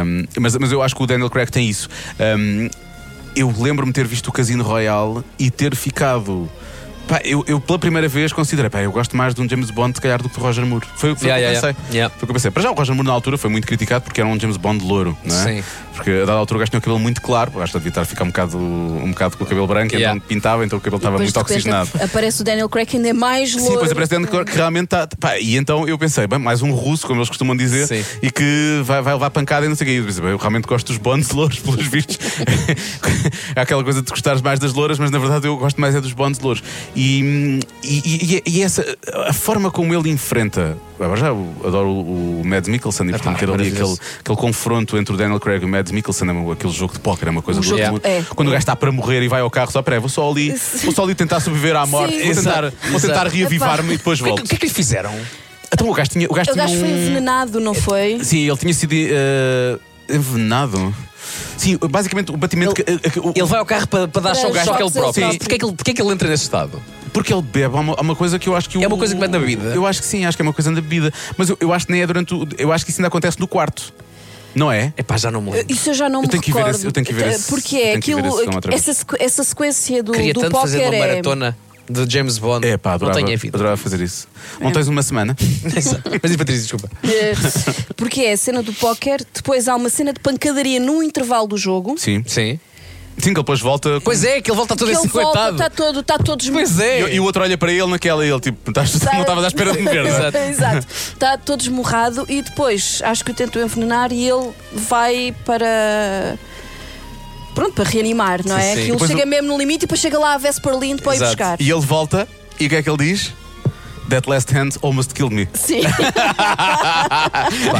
E: Um, mas, mas eu acho que o Daniel Craig tem isso. Um, eu lembro-me ter visto o Casino Royale e ter ficado. Pá, eu, eu pela primeira vez considerei, pá, eu gosto mais de um James Bond, se calhar, do que do Roger Moore. Foi o que, foi
D: Yeah, yeah,
E: o que eu
D: yeah.
E: pensei.
D: Yeah.
E: Foi o que eu pensei. Para já, o Roger Moore na altura foi muito criticado porque era um James Bond louro, não é?
D: Sim.
E: Porque a dada altura o gajo tinha o cabelo muito claro, o gajo devia estar a ficar um bocado, um bocado com o cabelo branco,
D: Yeah.
E: então pintava, então o cabelo estava
C: Depois,
E: muito
C: de repente,
E: oxigenado.
C: Aparece o Daniel Craig ainda é mais louco.
E: Sim, depois aparece dentro que realmente está. pá, E então eu pensei, bem, mais um russo, como eles costumam dizer,
D: Sim.
E: e que vai, vai levar pancada e não sei o quê. Eu, pensei, bem, eu realmente gosto dos bondes louros, pelos vistos. Há aquela coisa de gostares mais das louras, mas na verdade eu gosto mais é dos bondes louros. E, e, e- e essa, a forma como ele enfrenta. Agora já eu adoro o, o Mads Mikkelsen e portanto ter ali aquele,
D: maravilhoso.
E: aquele confronto entre o Daniel Craig e o Mads Mikkelsen, é um- aquele jogo de póquer, é uma coisa
C: Um
E: do
C: jogo
E: outro
C: de-
E: mundo.
C: é.
E: Quando o gajo está para morrer e vai ao carro, só peraí, vou só ali, vou só ali tentar sobreviver à morte,
C: Sim.
E: vou tentar,
D: Exato,
E: vou tentar
D: exato.
E: reavivar-me e depois
D: O que é
E: volto.
D: que- o que é que lhe fizeram?
E: Então o gajo tinha. O gajo
C: O
E: tinha
C: gajo foi
E: um-
C: envenenado, não foi?
E: Sim, ele tinha sido eh, envenenado. Sim, basicamente o batimento.
D: Ele-
E: que- eh, que- o-
D: Ele vai ao carro para, para dar
C: Para
D: choque ao
C: choques
D: ele
C: ele
D: próprio.
C: próprio.
D: Porquê é, que ele, porquê é que ele entra nesse estado?
E: Porque ele bebe, há uma, há uma coisa que eu acho que.
D: É
E: o-
D: uma coisa que mete na bebida?
E: Eu acho que sim, acho que é uma coisa na bebida. Mas eu, eu acho que nem é durante o. Eu acho que isso ainda acontece no quarto. Não é?
D: É pá, já não me lembro.
C: Isso eu já não
E: Eu
C: me
E: tenho que ver
C: recordo.
E: esse- eu tenho que ver esse-
C: Porque
E: eu
C: é
E: tenho que ver
C: aquilo,
E: esse filme outra vez.
C: essa, sequ- essa sequência do,
D: Queria
C: do
D: tanto
C: póquer
D: fazer uma
C: é...
D: maratona de James Bond.
E: É pá, adorava,
D: Não tenho a vida. É.
E: adorava fazer isso. Não tens uma semana?
D: Exato. Mas e Patrícia, desculpa.
C: Eh, Porque é a cena do póquer, depois há uma cena de pancadaria num intervalo do jogo.
E: Sim.
D: Sim.
E: Sim, que ele depois volta.
D: Pois é, que ele volta todo
C: Que ele
D: esse
C: volta,
D: coitado.
C: está todo, tá está todo
D: Pois é.
E: E, e o outro olha para ele naquela e ele tipo, "Estás- não estavas à espera de me ver, não é?
D: Exato.
C: Exato. Está todo esmurrado e depois acho que o tentam envenenar e ele vai para. Pronto, para reanimar, não
D: Sim,
C: é?
D: sim.
C: Aquilo
E: Depois
C: chega
E: o-
C: mesmo no limite e depois chega lá a Vesper Lind para ir
D: Exato.
C: buscar.
E: E ele volta e o que é que ele diz? That last hand almost killed me.
C: Sim.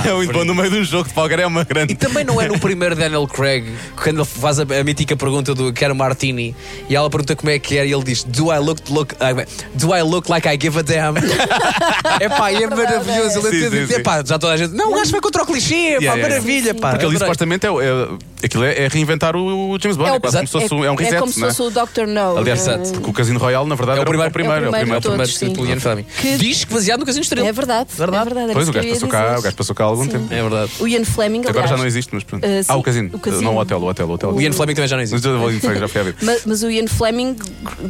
E: é muito bom no meio de um jogo de póquer, é uma grande.
D: E também não é no primeiro Daniel Craig quando ele faz a, a mítica pergunta do quero martini e ela pergunta como é que é e ele diz do I look look ah, bem, do I look like I give a damn é pá e é maravilhoso
E: Sim,
D: ele
E: sim,
D: entende
E: sim.
D: é pá já toda a gente não o gajo vai contra o clichê pá
E: Yeah, yeah, yeah.
D: maravilha pá
E: Porque ele
D: Adorei.
E: supostamente é, o- é- aquilo é, é reinventar o o James Bond. É,
C: o-
E: quase como se fosse um- é um reset.
C: é como se
E: não é?
C: fosse o Dr. No.
E: Aliás,
C: eh,
E: porque o Casino Royale, na verdade,
D: é o
E: era
D: primeiro,
E: É o primeiro.
C: primeiro
E: É
C: de
E: o primeiro.
C: todos. sim.
D: escrito Family.
C: Que-
D: Diz que baseado no Casino Estrela.
C: É verdade,
D: Verdade.
C: é verdade. era
E: Pois
C: isso
E: o
C: que eu
E: gajo
C: ia
E: passou cá,
C: dizer.
E: o gajo passou cá há algum tempo.
D: É verdade.
C: O Ian Fleming,
E: Agora
C: aliás.
E: já não existe, mas pronto.
C: Eh, sim,
E: ah, o casino.
C: o casino.
E: Não o hotel, o hotel, o hotel.
D: O Ian Fleming também já não
E: Mas
D: existe.
E: eu vou- já fui a ver.
C: Mas, mas o Ian Fleming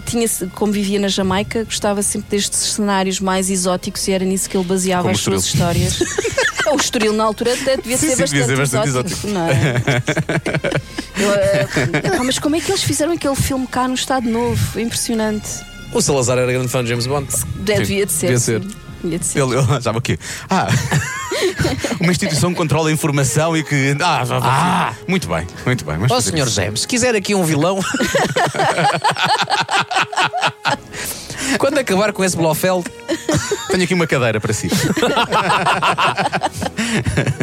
C: tinha, como vivia na Jamaica, gostava sempre destes cenários mais exóticos e era nisso que ele baseava
E: Como
C: as
E: o Estoril.
C: suas histórias. o Estoril na altura até devia
E: Sim,
C: ser
E: sim,
C: bastante,
E: devia ser bastante
C: exótico. Não é? Eu, eh, pá, mas como é que eles fizeram aquele filme cá no Estado Novo? Impressionante.
D: O Salazar era grande fã de James Bond.
C: De- Devia de ser.
D: devia ser.
C: sim. Devia de ser.
E: Ele, ele achava que. Ah! uma instituição que controla a informação e que. Ah! já-
D: Ah.
E: Muito bem, muito bem. vamos
D: Ó
E: fazer
D: senhor
E: isso.
D: James, se quiser aqui um vilão. Quando acabar com esse Blofeld,
E: Tenho aqui uma cadeira para si.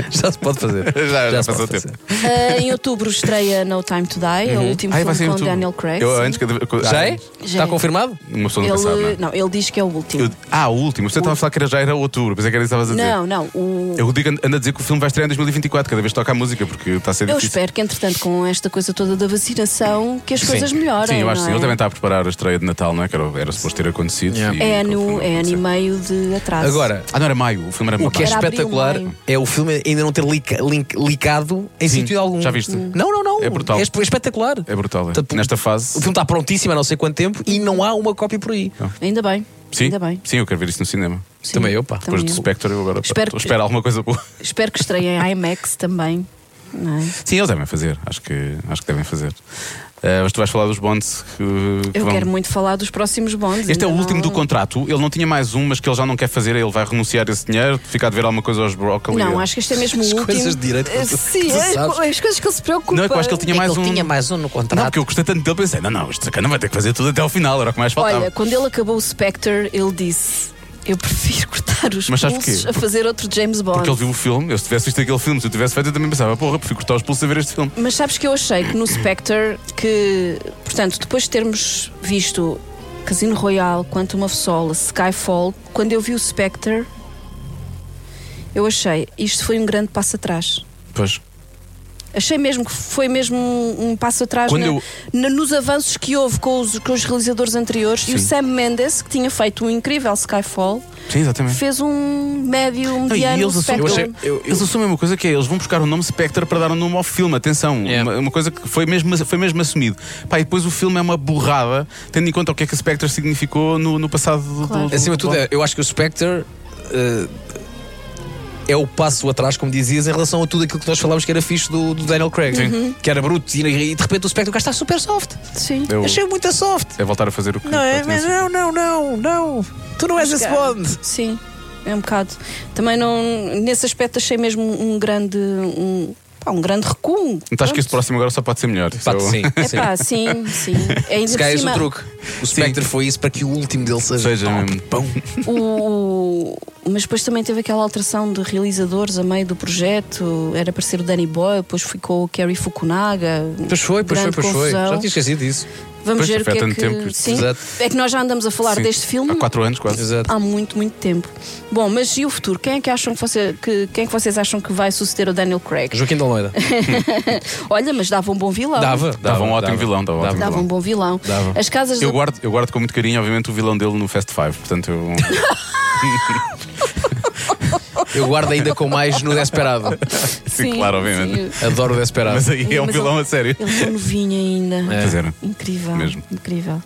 D: já se pode fazer.
E: já
D: se
E: passou
D: pode
E: o tempo.
D: fazer.
C: Eh, em outubro estreia No Time to Die, é o último
E: Uhum. Ai, vai
C: filme
E: ser em
C: com
E: outubro.
C: Daniel Craig.
E: Eu,
C: sim.
E: antes que,
D: Já é?
C: Já
D: Está
C: é.
D: confirmado?
E: Uma pessoa nunca sabe, não é?
C: ele, não, ele diz que é o último.
E: Eu- ah, o último. Você estava a falar que era, já era outubro, pensei que era isso que estavas a dizer.
C: Não, não. O,
E: Eu digo, ando a dizer que o filme vai estrear em 2024, cada vez que toca a música, porque está a ser
C: Eu
E: É difícil.
C: espero que, entretanto, com esta coisa toda da vacinação, que as coisas melhorem.
E: Sim, eu acho que
C: não
E: sim.
C: é?
E: Ele também está a preparar a estreia de Natal, não é? Que era, era suposto ter acontecido.
D: Yeah.
E: e-
C: É ano, é ano e meio de atraso.
D: Agora,
E: Ah, não era maio, o filme era
D: o que é
C: Era abril,
D: espetacular
C: maio.
D: é o filme ainda não ter lica, link- licado em
E: Sim,
D: sentido algum.
E: já viste?
D: Não, não, não.
E: É brutal.
D: esp- É espetacular.
E: É brutal, é.
D: Tipo,
E: Nesta fase-
D: O filme está prontíssimo há não sei quanto tempo e não há uma cópia por aí.
C: Ainda bem.
E: Sim,
C: Ainda bem.
E: sim, eu quero ver isso no cinema.
C: Sim.
D: Também eu, pá.
C: Também
E: Depois do
C: eu.
E: Spectre, eu agora
C: Espero
E: estou a
C: que-
E: esperar alguma coisa boa.
C: Espero que estreiem em IMAX também. não é?
E: Sim, eles devem fazer, acho que, acho que devem fazer. Ah, mas tu vais falar dos bonds que, que
C: Eu
E: vão-
C: quero muito falar dos próximos bondes. então.
E: Este é o
C: ainda
E: último
C: não-
E: do contrato. Ele não tinha mais um, mas que ele já não quer fazer. Ele vai renunciar a esse dinheiro, ficar a dever alguma coisa aos Broccoli.
C: Não, acho que este é mesmo
D: As
C: o último.
D: coisas de direito que
C: Eh,
D: tu-
C: Sim,
D: que tu
C: as,
D: sabes.
C: as coisas que ele se preocupa.
E: Não é que eu acho que ele tinha
D: É que
E: mais
D: ele
E: um.
D: tinha mais um no contrato.
E: Não, porque eu gostei tanto dele, pensei, não, não, este sacana vai ter que fazer tudo até ao final, era o que mais faltava.
C: Olha, quando ele acabou o Spectre, ele disse: Eu prefiro cortar os
E: Mas sabes
C: pulsos
E: porquê?
C: a fazer outro James Bond.
E: Porque ele viu o filme, eu se tivesse visto aquele filme, se eu tivesse feito, eu também pensava, porra, prefiro cortar os pulsos a ver este filme.
C: Mas sabes que eu achei que no Spectre que, portanto, depois de termos visto Casino Royale, Quantum of Solace, Skyfall, quando eu vi o Spectre, eu achei, isto foi um grande passo atrás.
E: Pois.
C: Achei mesmo que foi mesmo um, um passo atrás
E: Quando
C: na-
E: eu-
C: na- nos avanços que houve com os, com os realizadores anteriores e o
E: Sim.
C: Sam Mendes, que tinha feito um incrível Skyfall,
E: Sim, exatamente.
C: fez um médio, um
E: Hum. Não, e
C: mediano
E: eles assumem, eu
C: Spectre.
E: achei- eles assumem uma coisa que é, eles vão buscar o nome Spectre para dar um nome ao filme, atenção,
D: Yeah.
E: uma, uma coisa que foi mesmo, foi mesmo assumido. Pá, e depois o filme é uma borrada, tendo em conta o que é que a Spectre significou no, no passado do,
C: Claro.
E: do, do
D: Acima de tudo,
E: do-
D: é- eu acho que o Spectre eh, é o passo atrás, como dizias, em relação a tudo aquilo que nós falámos que era fixe do, do Daniel Craig, que era bruto, e, e de repente o Spectre o gajo está super soft.
C: Sim.
E: Eu-
D: Achei muito a soft.
E: é voltar a fazer o que
D: Não é? Mas não, não, não, não. Tu não és esse Bond.
C: Sim, é um bocado. Também não, nesse aspecto achei mesmo um grande, um, pá, um grande recuo.
E: Então acho que este próximo agora só pode ser melhor. Isso
D: Pá,
E: é o-
D: sim,
C: É
D: sim.
C: pá, sim, sim. Ainda
D: Se
C: por
D: calhar esse é
C: cima,
D: o truque. O Spectre foi isso para que o último dele seja.
E: Seja mesmo.
D: Pão.
C: o- o- Mas depois também teve aquela alteração de realizadores a meio do projeto. Era para ser o Danny Boy, depois ficou o Kerry Fukunaga.
D: Pois foi, pois foi,
C: Grande
D: pois foi.
C: confusão.
D: Já tinha esquecido disso.
C: Vamos
E: Pois,
C: ver o
E: já
C: que
E: foi há
C: é
E: tanto
C: que.
E: tempo que isto-
C: sim.
D: Exato.
C: É que nós já andamos a falar
E: Sim.
C: deste filme.
E: Há 4 anos quase.
D: Exato.
C: há muito, muito tempo. Bom, mas e o futuro? Quem é que, acham que, você, que, quem é que vocês acham que vai suceder o Daniel Craig?
D: Joaquim de Almeida.
C: Olha, mas dava um bom vilão.
D: Dava.
E: Dava um ótimo vilão, dava um ótimo
C: Dava um bom vilão.
D: Dava.
C: As casas
E: Eu
C: da-
E: guardo, eu guardo com muito carinho, obviamente, o vilão dele no Fast Five. Portanto, eu.
D: Eu guardo ainda com mais no Desperado.
E: Sim, claro, obviamente.
C: sim.
D: Adoro o Desperado.
E: Mas aí
C: Ai,
E: é um
C: mas
E: vilão
C: ele-
E: a sério.
C: Ele foi novinho ainda.
D: É.
E: Pois era.
C: Incrível.
E: Mesmo.
C: Incrível.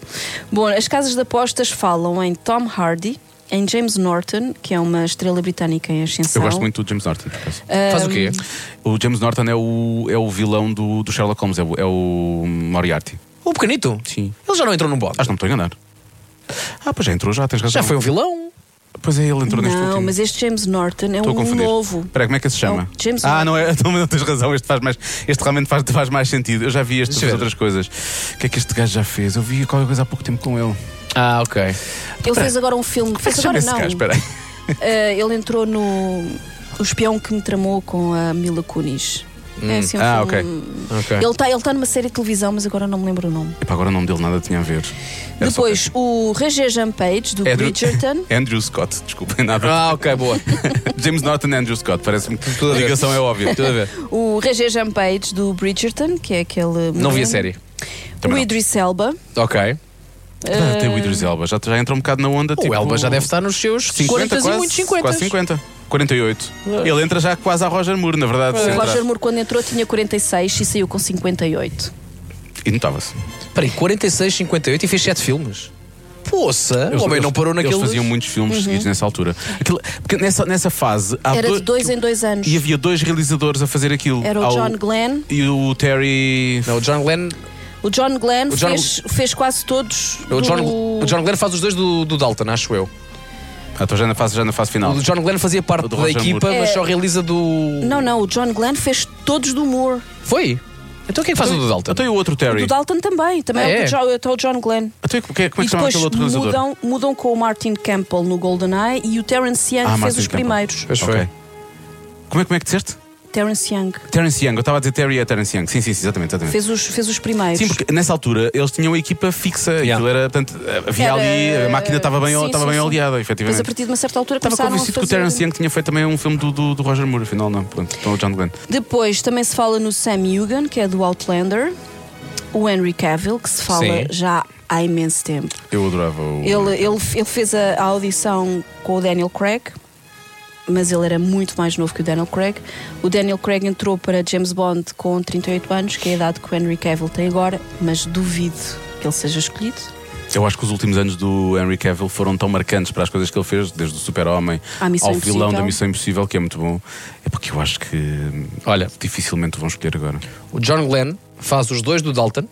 C: Bom, as casas de apostas falam em Tom Hardy, em James Norton, que é uma estrela britânica em ascensão.
E: Eu gosto muito do James Norton. por acaso.
D: Faz o quê?
E: O James Norton é o, é o vilão do, do Sherlock Holmes, é o, é o Moriarty.
D: O pequenito?
E: Sim.
D: Ele já não entrou num bode.
E: Acho que não me estou a enganar. Ah, pois já entrou, já tens razão.
D: Já foi um vilão.
E: Pois é, ele entrou neste
C: Não,
E: último.
C: mas este James Norton é
E: Estou a
C: um
E: confundir.
C: novo.
E: Espera, como é que esse se chama?
C: Não, James Norton.
E: ah, não é? Então, não tens razão, este faz mais. Este realmente faz, faz mais sentido. Eu já vi estas
D: Deixa eu ver.
E: outras coisas. O que é que este gajo já fez? Eu vi qualquer coisa há pouco tempo com ele. é
D: Ah, ok.
C: Ele fez agora um filme. Fez
E: Chama
C: agora
E: esse
C: não.
E: gajo, espera aí.
C: Eh, ele entrou no O Espião que me tramou com a Mila Kunis. É assim um
E: Ah,
C: filme-
D: Hum. ok.
C: Ele está ele tá numa série de televisão, mas agora não me lembro o nome.
E: Epá, agora o nome dele nada tinha a ver. Era só-
C: Depois, o Roger Page do
E: Andrew-
C: Bridgerton.
E: Andrew Scott, desculpem nada.
D: Ah, ok, boa.
E: James Norton e Andrew Scott, parece-me que
D: Tudo a
E: a
D: ver.
E: ligação é óbvia.
D: Tudo a ver.
C: O Roger Page do Bridgerton, que é aquele.
D: Não vi a série.
C: O
E: não.
C: Idris Elba.
D: Ok.
E: Ah, Até o Idris Elba, já, já entra um bocado na onda.
D: O
E: tipo,
D: Elba já deve estar nos seus 50 e
E: quase,
D: muitos 50.
E: Quase 50. 48. Ele entra já quase a Roger Moore, na verdade. se
C: O
E: entrar.
C: Ah. Roger Moore, quando entrou, tinha 46 e saiu com 58.
E: E notava-se.
D: Peraí, 46, 58 e fez 7 filmes. Poça, o homem não parou naqueles.
E: Eles faziam muitos filmes seguidos nessa altura. Aquilo- porque nessa, nessa fase. há
C: Uhum. Era de dois em dois anos.
E: E havia dois realizadores a fazer aquilo.
C: Era o
E: Há
C: John Glenn.
E: E o Terry.
D: Não, o John Glenn,
C: O John Glenn
D: O John-
C: Fez, fez quase todos.
D: o John,
C: do-
D: o John Glenn faz os dois do, do Dalton, acho eu.
E: Ah, estou já na fase, já na fase final.
D: O John Glenn fazia parte
E: O do
D: da
E: Roger
D: equipa,
E: Moore.
D: mas só realiza do.
C: Não, não, o John Glenn fez todos do Moore.
D: Foi? Então quem é que faz o do Dalton?
E: Até o outro Terry.
C: Do Dalton também. Também
D: Ah,
C: é,
D: é?
C: o do Jo- até o John Glenn.
E: Até, como é que
C: e
E: se chama
C: depois
E: aquele outro realizador?
C: mudam, mudam com o Martin Campbell no GoldenEye e o Terence Young
E: Ah,
C: é fez
E: Martin
C: os
E: Campbell.
C: primeiros.
D: Pois foi.
E: Ok. Como é, como é que disseste?
C: Terence Young
E: Terence Young, eu estava a dizer Terry e é Terence Young. Sim, sim, sim exatamente. exatamente.
C: fez os, fez os primeiros.
E: Sim, porque nessa altura eles tinham a equipa fixa.
D: Yeah.
E: Aquilo era, portanto, havia
C: Era-
E: ali, a máquina estava bem,
C: Sim,
E: estava
C: sim,
E: bem
C: sim.
E: oleada,
C: Depois,
E: efetivamente.
C: a partir de uma certa altura,
E: Estava
C: começaram a
E: convencido
C: fazer...
E: que o Terence Young tinha feito também um filme do, do, do Roger Moore, afinal não. Pronto, então o John Glenn.
C: Depois também se fala no Sam Hugan, que é do Outlander. O Henry Cavill, que se fala
D: Sim.
C: já há imenso tempo.
E: Eu adorava o.
C: Ele, ele, ele fez a, a audição com o Daniel Craig, mas ele era muito mais novo que o Daniel Craig. O Daniel Craig entrou para James Bond com 38 anos, que é a idade que o Henry Cavill tem agora, mas duvido que ele seja escolhido.
E: Eu acho que os últimos anos do Henry Cavill foram tão marcantes para as coisas que ele fez, desde o Super-Homem
C: À Missão
E: ao vilão
C: Impossível.
E: da Missão Impossível, que é muito bom. É porque eu acho que.
D: Olha.
E: Dificilmente o vão escolher agora.
D: O John Glenn faz os dois do Dalton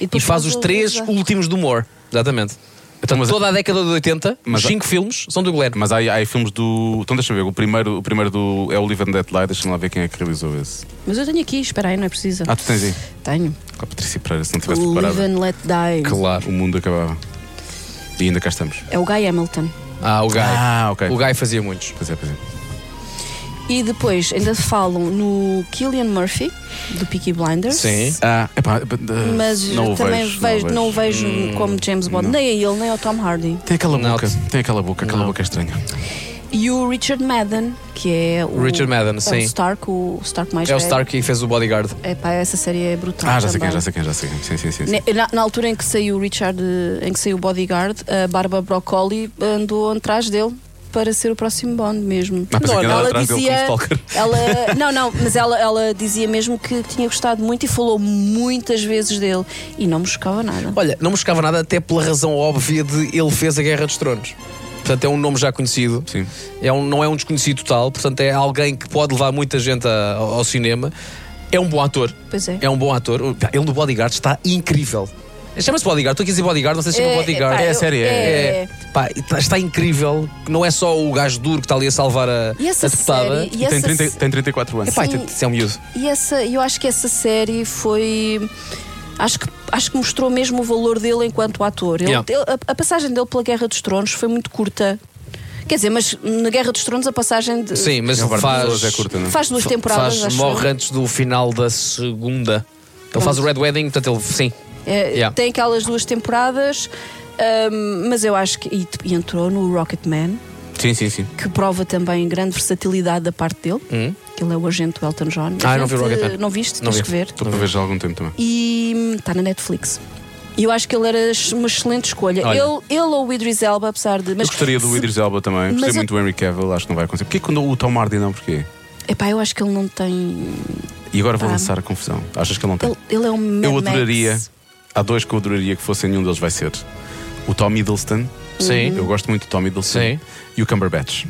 D: e
C: depois
D: faz
C: faz
D: os
C: o-
D: três
E: um-
D: últimos do Moore. Exatamente. Então,
E: mas-
D: toda a década de 80,
E: Mas-
D: os 5 filmes são do Glenn.
E: Mas há, há aí filmes do. Então deixa eu ver, o primeiro, o primeiro do é o Live and Dead Light, deixa-me lá ver quem é que realizou esse.
C: Mas eu tenho aqui, espera aí, não é preciso.
E: Ah, tu tens aí.
C: Tenho.
E: Com a Patrícia Pereira, se não tivesse
C: O
E: preparado,
C: Live and Let Die.
D: Claro.
E: o mundo acabava. E ainda cá estamos.
C: É o Guy Hamilton.
D: Ah, o Guy.
E: Ah, ok.
D: O Guy fazia muitos.
E: Pois é, pois é.
C: E depois ainda falam no Killian Murphy, do Peaky Blinders.
D: Sim.
E: Ah, epá, uh,
C: Mas eh,
E: não o
C: também
E: vejo, Hum,
C: vejo- não o vejo como James Bond,
E: não.
C: nem a ele, nem ao Tom Hardy.
E: Tem aquela
D: Não.
E: boca, tem aquela boca, aquela
D: Não.
E: boca estranha.
C: E o Richard Madden, que é o.
D: Richard Madden,
C: é o
D: sim.
C: Stark, o Stark mais
D: É o
C: velho.
D: Stark que fez o Bodyguard.
C: Epá, essa série é brutal.
E: Ah, já sei
C: também.
E: quem, já sei quem, já sei quem. Sim, sim, sim. sim.
C: Ne- Na, na altura em que saiu o Richard, eh, em que saiu o Bodyguard, a Bárbara Broccoli andou atrás dele para ser o próximo Bond mesmo.
E: Ah, pensei que andava
C: ela
E: atrás dele
C: dizia,
E: como stalker.
C: ela, não, não, mas ela, ela dizia mesmo que tinha gostado muito e falou muitas vezes dele e não me chocava nada.
D: Olha, não me chocava nada, até pela razão óbvia de ele fez a Guerra dos Tronos. Portanto, é um nome já conhecido.
E: Sim.
D: É um, não é um desconhecido total. Portanto, é alguém que pode levar muita gente a- ao ao cinema. É um bom ator.
C: Pois é.
D: É um bom ator. O- Ele do Bodyguard está incrível. Chama-se Bodyguard. Estou aqui a dizer Bodyguard, não sei se chama
C: É,
D: Bodyguard.
C: pá,
E: É,
C: eu-
E: sério, é-
D: É, pá, está, está incrível. Não é só o gajo duro que está ali a salvar a,
C: E essa
D: a deputada.
C: série? E
E: Tem,
C: essa,
E: 30, tem 34 anos.
D: Epá,
C: Sim.
D: isso é um miúdo.
C: E essa, eu acho que essa série foi. Acho que, acho que mostrou mesmo o valor dele enquanto ator. Ele-
D: Yeah.
C: ele- a, a passagem dele pela Guerra dos Tronos foi muito curta. Quer dizer, mas na Guerra dos Tronos a passagem de-
D: Sim, mas
E: É verdade,
D: faz,
E: pessoas é curta, não é?
C: faz duas temporadas.
D: faz
C: acho
D: morre
C: eu.
D: antes do final da segunda. Ele faz o Red Wedding, portanto ele sim.
C: É,
D: Yeah.
C: Tem aquelas duas temporadas, ahm, mas eu acho que. E, e entrou no Rocketman,
E: Sim, sim, sim.
C: que prova também grande versatilidade da parte dele. que Ele é o agente do Elton John.
D: Ah, eu não vi o
C: Gente,
D: Rocketman.
C: Não viste?
D: Não
C: Tens
D: vi.
C: que ver.
E: Estou para ver já há algum tempo também.
C: e está na Netflix. E eu acho que ele era uma excelente escolha.
D: Olha.
C: Ele, ele ou o Idris Elba, apesar de. Mas
E: eu gostaria do
C: se-
E: Idris Elba também. Gostei
C: mas eu-
E: muito do Henry Cavill, acho que não vai acontecer. Porquê que quando o Tom Hardy não? Porquê?
C: Epá, eu acho que ele não tem.
E: E agora vou
C: Pá.
E: lançar a confusão. Achas que ele não tem?
C: Ele, ele é um Mad
E: eu
C: Max.
E: adoraria. Há dois que eu adoraria que fossem, nenhum deles vai ser. O Tom Hiddleston.
D: Sim.
E: Eu gosto muito do Tom Hiddleston.
D: Sim.
E: E o Cumberbatch.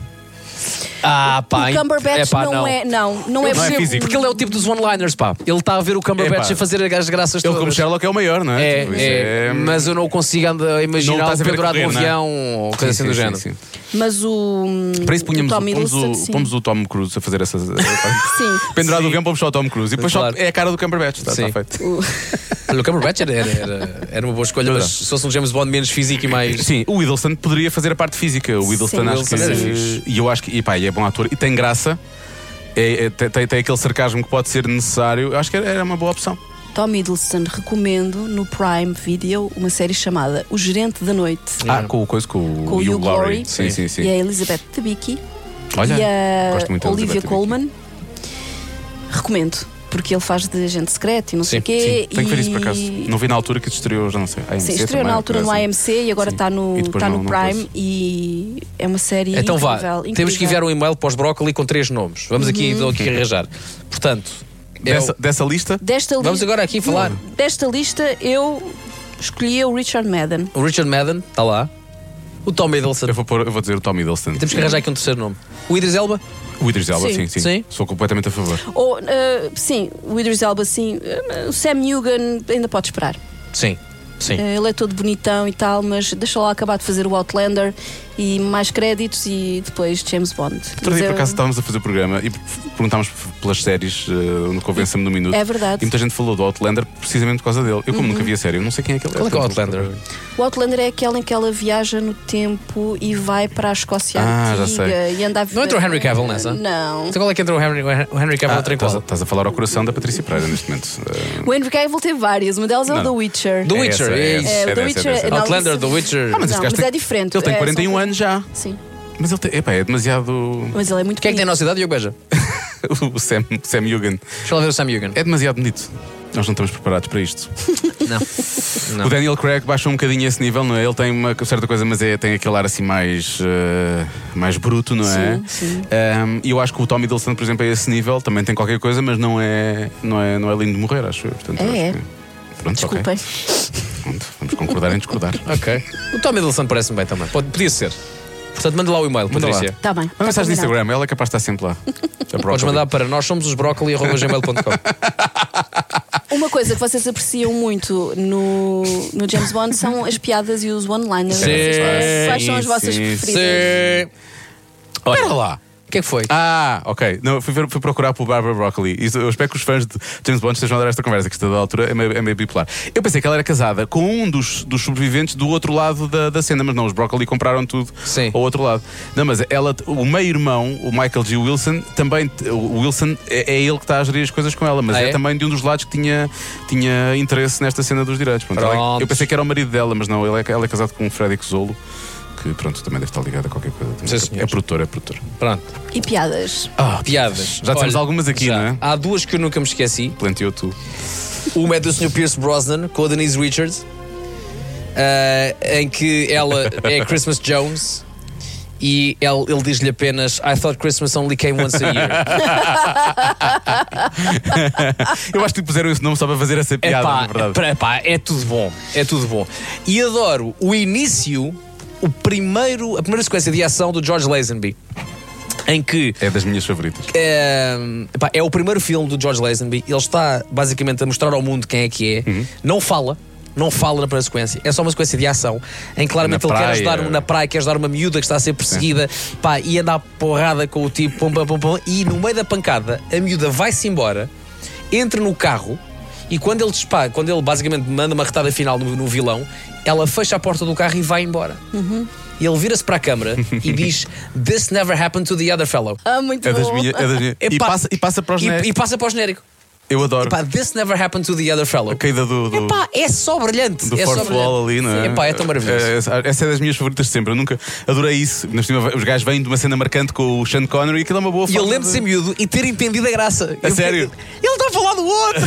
D: Ah, pá.
C: o Cumberbatch
D: epá,
C: não, é. Não, não é,
E: Não é
C: possível.
E: físico.
D: Porque ele é o tipo dos one-liners, pá. Ele está a ver o Cumberbatch
E: Epá.
D: a fazer as graças
E: Ele,
D: todas.
E: como Sherlock, é o maior, não
D: É,
E: é? Tipo, isso
D: é, mas eu não consigo andar-
E: Não
D: imaginar
E: estás
D: o
E: a ver
D: pendurado num
E: correr, não é?
D: avião ou coisa
E: Sim,
D: assim do
E: sim,
D: género.
E: sim, sim.
C: Mas o.
E: Para isso punhamos,
C: o
E: o-
C: Tom
E: pomos,
C: Hiddleston,
E: o,
C: sim.
E: pomos o Tom Cruise a fazer essas.
C: Sim.
E: Pendurado o avião, pomos só o Tom Cruise. E depois
D: Claro.
E: só é a cara do Cumberbatch. Está,
D: Sim.
E: está feito.
D: Olha, o Cumberbatch era, era, era, era uma boa escolha, mas se fosse um James Bond menos físico e mais.
E: Sim, o Hiddleston poderia fazer a parte física. O Hiddleston
C: Sim.
E: acho
D: Hiddleston era
E: que. eh,
D: fixe.
E: E eu acho que. E pá, e é bom ator. E tem graça. É- é- tem, tem- tem aquele sarcasmo que pode ser necessário. Eu acho que era, era uma boa opção.
C: Tom Hiddleston recomendo no Prime Video uma série chamada O Gerente da Noite.
E: Ah, com o coisa com o,
C: Com o
E: Hugh
C: Hugh Laurie.
E: Sim, sim, sim.
C: E a Elizabeth Debicki
E: Olha,
C: e a
E: gosto muito da
C: Olivia
E: Elizabeth
C: Colman. Recomendo, porque ele faz de agente secreto e não sei o
D: Sim,
C: quê.
E: Debicki. Tenho que ver isso por acaso.
C: e-
E: Não vi na altura que isso estreou, já não sei. AMC
C: Sim, estreou
E: também,
C: na altura no
E: parece.
C: AMC e agora
E: Sim.
C: está no,
E: E depois
C: tá
E: não-
C: no
E: não
C: Prime
E: pôs.
C: e é uma série
D: Então vá,
C: incrível, Uhum.
D: temos que
C: incrível.
D: enviar um e-mail para os Brócoli com três nomes. Vamos aqui, dou aqui arranjar. Portanto, é
E: Dessa,
D: o-
E: dessa lista,
C: Desta li-
D: Vamos agora aqui falar.
C: Desta lista eu escolhi o Richard Madden.
D: o Richard Madden, está lá. O Tom Hiddleston.
E: eu vou, pôr- eu vou dizer o Tom Hiddleston.
D: Temos que arranjar aqui um terceiro nome. O Idris Elba?
E: O Idris Elba, sim.
C: Sim.
E: Sim,
D: Sim.
E: Sou completamente a favor.
C: Ou, eh, sim, o Idris Elba, sim. Eh, O Sam Newgan ainda pode esperar.
D: Sim. Sim.
C: Eh, Ele é todo bonitão e tal, mas deixa lá acabar de fazer o Outlander e mais créditos e depois James Bond.
E: Outro
C: Mas é
E: dia,
C: eu-
E: por acaso, estávamos a fazer o programa e perguntámos pelas séries eh, no Convença-me no Minuto.
C: É verdade. Uhum.
E: E muita gente falou do Outlander precisamente por causa dele. Eu, como nunca vi a série, eu não sei quem é aquele.
D: Qual é que é o Outlander?
C: O Outlander é aquela em que ela viaja no tempo e vai para a Escócia
E: Ah, já
C: Antiga
E: sei.
C: e anda a
D: Não entrou o Henry Cavill nessa?
C: Não.
D: Então qual é que entra o Henry, o Henry Cavill?
E: Ah,
D: entra em
E: estás, a,
D: qual?
E: estás a falar ao coração da Patrícia Pereira neste momento. Eh,
C: O Henry Cavill tem várias, uma delas é
E: Não,
C: o The
E: não.
C: Witcher.
D: The
E: é
D: Witcher,
E: essa,
D: é
E: é
D: isso.
E: essa,
C: É,
E: é
C: o The
E: dessa,
C: Witcher
E: é dessa.
C: não,
D: Outlander,
C: isso-
D: The Witcher.
E: Ah, mas
C: não,
E: esse gajo
C: mas
E: tem-
C: é diferente.
E: Ele tem
C: É,
E: 41
C: são-
E: anos já.
C: Sim,
E: Mas ele tem, epá, é demasiado.
C: mas ele é muito
D: Quem é que tem
C: bonito.
D: a nossa idade, Diogo Beja?
E: o Sam, Sam Hugan.
D: Deixa lá ver o Sam Hugan.
E: É demasiado bonito. Nós não estamos preparados para isto.
D: É. Não. Não.
E: O Daniel Craig baixou um bocadinho esse nível, não é? Ele tem uma certa coisa, mas é, tem aquele ar assim mais, eh, mais bruto, não é?
C: Sim, sim.
E: Ahm, E eu acho que o Tom Hiddleston, por exemplo, é esse nível, também tem qualquer coisa, mas não é, não é, não é lindo de morrer, acho eu. Portanto, eu
C: É,
E: acho
C: é.
E: que- Pronto, ok.
C: Desculpem.
E: Pronto, vamos concordar em discordar.
D: Ok. O Tom Hiddleston parece-me bem também. Pode, podia ser. Portanto, manda lá o e-mail,
E: Manda lá.
D: Patrícia.
C: Está Tá bem.
E: Uma mensagem no
C: combinado.
E: Instagram, ela é capaz de estar sempre lá. A
D: Podes
E: própria.
D: mandar para nós somos os brócoli.gmail.com.
C: Uma coisa que vocês apreciam muito no, no James Bond são as piadas e os one-liners.
D: Sim,
C: Vocês- Quais são as vossas
E: sim,
C: preferidas?
E: Olha lá.
D: O que é que foi?
E: Ah, ok. Não, eu fui, ver- fui procurar pelo Barbara Broccoli. Isso, eu espero que os fãs de James Bond estejam a adorar esta conversa, que esta da altura é meio, é meio bipolar. Eu pensei que ela era casada com um dos, dos sobreviventes do outro lado da, da cena, mas não, os Broccoli compraram tudo
D: Sim.
E: ao outro lado. Não, mas ela, o meio-irmão, o Michael G. Wilson, também. O Wilson é, é ele que está a gerir as coisas com ela, mas
D: Ah,
E: é?
D: é?
E: também de um dos lados que tinha, tinha interesse nesta cena dos direitos. Pronto, ela é-
D: Prontos.
E: eu pensei que era o marido dela, mas não, ele é- ela é casada com o Freddy Zolo. Que pronto, também deve estar ligado a qualquer coisa.
D: Sim,
E: é
D: senhor.
E: produtor, é produtor.
D: Ah, Pronto.
C: E piadas.
E: Ah,
D: Piadas.
E: Já temos algumas aqui,
D: já. Ah.
E: não é?
D: Há duas que eu nunca me esqueci.
E: Planteou tu.
D: Uma é do Sr. Pierce Brosnan com a Denise Richards, ah, em que ela é Christmas Jones e ele, ele diz-lhe apenas I thought Christmas only came once a year.
E: Eu acho que lhe puseram esse nome só para fazer essa piada, na
D: Epá,
E: verdade.
D: epá, epá, é tudo bom, é tudo bom. E adoro o início, o primeiro, a primeira sequência de ação do George Lazenby, em que
E: É das minhas favoritas.
D: é, pá, é o primeiro filme do George Lazenby. Ele está basicamente a mostrar ao mundo quem é que é.
E: Uhum.
D: Não fala. Não fala na primeira sequência, é só uma sequência de ação em que claramente
E: Na
D: ele quer
E: praia.
D: ajudar um- na praia, quer ajudar uma miúda que está a ser perseguida pá, e anda à porrada com o tipo, pum, pum, pum, pum, e no meio da pancada a miúda vai-se embora, entra no carro e quando ele dispara, quando ele basicamente manda uma retada final no, no vilão, ela fecha a porta do carro e vai embora. E ele vira-se para a câmara e diz: This never happened to the other fellow.
C: Ah, muito
E: É das
C: bom.
E: minhas. É das minhas. E,
D: Epá,
E: passa, e passa para os
D: e-
E: netos.
D: e passa para o genérico.
E: Eu adoro.
D: Epá, this never happened to the other fellow.
E: A caída do. do...
D: Epá, é só brilhante.
E: Do
D: é só
E: Fourth
D: brilhante.
E: Wall ali, não é?
D: Epá, é tão maravilhoso.
E: É, Essa essa é das minhas favoritas de sempre. Eu nunca adorei isso. Mas, sim, os gajos vêm de uma cena marcante com o Sean Connery e aquilo é uma boa
D: E eu
E: forma
D: lembro de ser miúdo e ter entendido a graça.
E: A
D: Eu-
E: sério?
D: Ele está a falar do outro.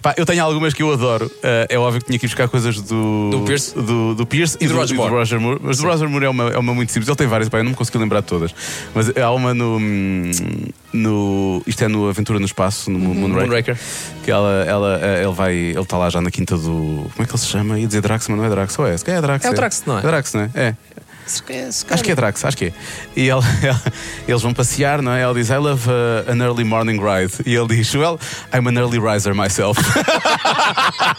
E: Pá, eu tenho algumas que eu adoro. Eh, é óbvio que tinha que ir buscar coisas do.
D: Do Pierce?
E: do- do Pierce e,
D: E do
E: do,
D: Roger
E: e do
D: Moore.
E: Roger Moore. Mas do Roger Moore é uma, é uma muito simples. Ele tem várias, pá, eu não me consegui lembrar de todas. Mas há uma no. hum, no isto é no Aventura no Espaço, no Moonraker.
D: Uhum. Moonraker.
E: Que ela, ela, eh, ele vai. Ele está lá já na quinta do. Como é que ele se chama? Ia dizer Drax, mas não é Drax. Ou é? Se calhar é Drax.
D: É o Drax, não é?
E: Drax, não é? É. Acho que é Drax, acho que é. E ela, ela- eles vão passear, não é? Ela diz, I love uh, an early morning ride. E ele diz, Well, I'm an early riser myself.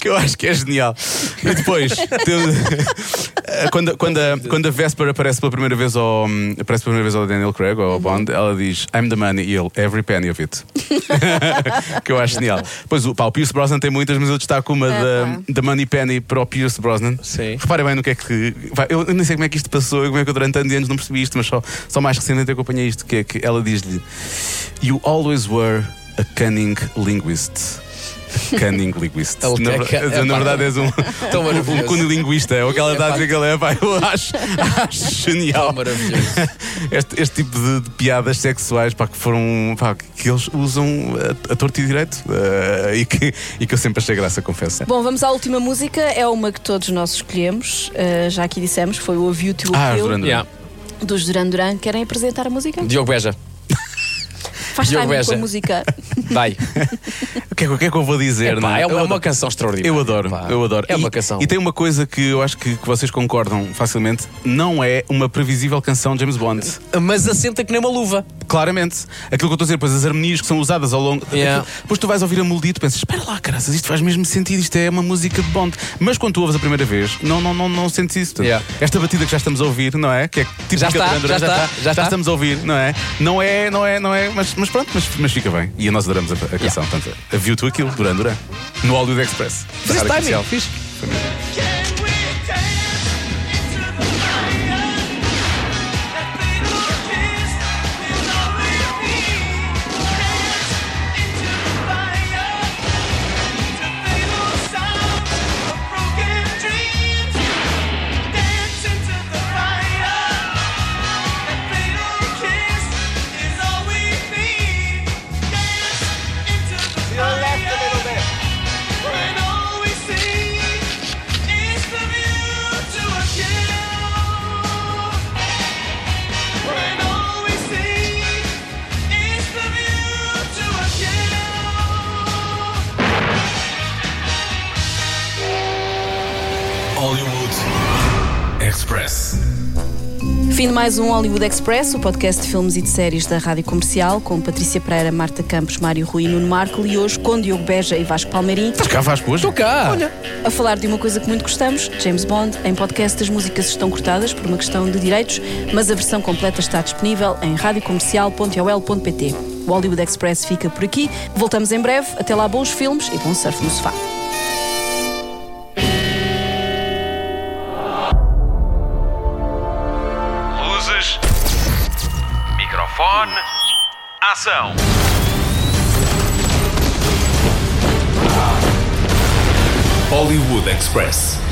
E: que eu acho que é genial. E depois, tem- quando, quando, a, quando a Vesper aparece pela primeira vez ao, hum, aparece pela primeira vez ao Daniel Craig, ou ao Bond, ela diz, I'm the money, e ele, every penny of it. que eu acho genial. Pois o, pá, o Pierce Brosnan tem muitas, mas eu destaco uma da, da Money Penny para o Pierce Brosnan.
D: Sim.
E: Reparem bem no que é que. vai, eu nem sei como é que isto passou, como é que eu durante tantos anos não percebi isto, mas só, só mais recentemente eu acompanhei isto, que é que ela diz-lhe: You always were a cunning linguist. A Cunning linguist.
D: Ele
E: na,
D: é
E: ver-
D: ca-
E: na
D: epá.
E: verdade, és um,
D: Tão
E: um
D: maravilhoso.
E: cunilinguista. É o que ela está a dizer que ele é. Pá, eu acho, acho genial.
D: é Tão maravilhoso.
E: Este, este tipo de, de piadas sexuais pá, que foram pá, que eles usam a, a torto e direito eh, e, que, e que eu sempre achei graça, confesso.
C: Bom, vamos à última música. É uma que todos nós escolhemos. Uh, já aqui dissemos, foi o Ouviu Teu
E: Ah,
C: Apelo
E: Duran Duran.
D: Yeah.
C: dos Duran Duran. Querem apresentar a música?
D: Diogo Beja,
C: Faz
D: Diogo
C: timing com
D: Beja.
C: a música.
D: vai.
E: O que é, que- o que é que eu vou dizer? não
D: Epá, é
E: Eu
D: uma,
E: adoro.
D: uma canção extraordinária.
E: Eu adoro,
D: Epá,
E: eu adoro.
D: É uma
E: E-
D: canção.
E: E tem uma coisa que eu acho que, que vocês concordam facilmente: não é uma previsível canção de James Bond.
D: Mas assenta que nem uma luva.
E: Claramente. Aquilo que eu estou a dizer, pois as harmonias que são usadas ao longo.
D: Yeah.
E: Aquilo- Depois tu vais ouvir a melodia e tu pensas, espera lá, caras, isto faz mesmo sentido, isto é uma música de Bond. Mas quando tu ouves a primeira vez, não, não, não, não sentes isso. Portanto,
D: Yeah.
E: Esta batida que já estamos a ouvir, não é? Que é típica
D: Já está,
E: de Duran Duran,
D: já está, já está.
E: estamos a ouvir, não é? Não é, não é, não é, mas, mas pronto, mas, mas fica bem. E nós adoramos a, a canção. Portanto, a viu tu aquilo, Duran Duran, no áudio da Express. Da
D: Fizeste
E: Rádio
D: timing,
E: Comercial.
D: fiz.
F: When all we see is the view to a kill. When all we see is the view to a kill.
B: Hollywood Express.
C: Fim de mais um Hollywood Express, o podcast de filmes e de séries da Rádio Comercial, com Patrícia Pereira, Marta Campos, Mário Rui, Nuno Marco e hoje com Diogo Beja e Vasco Palmeirim,
E: Cá Vasco hoje?
D: Estou cá. Olha.
C: a falar de uma coisa que muito gostamos, James Bond. Em podcast as músicas estão cortadas por uma questão de direitos, mas a versão completa está disponível em radiocomercial.ol.pt. O Hollywood Express fica por aqui. Voltamos em breve. Até lá, bons filmes e bom surf no sofá.
A: Luzes. Microfone. Ação.
B: Hollywood Express.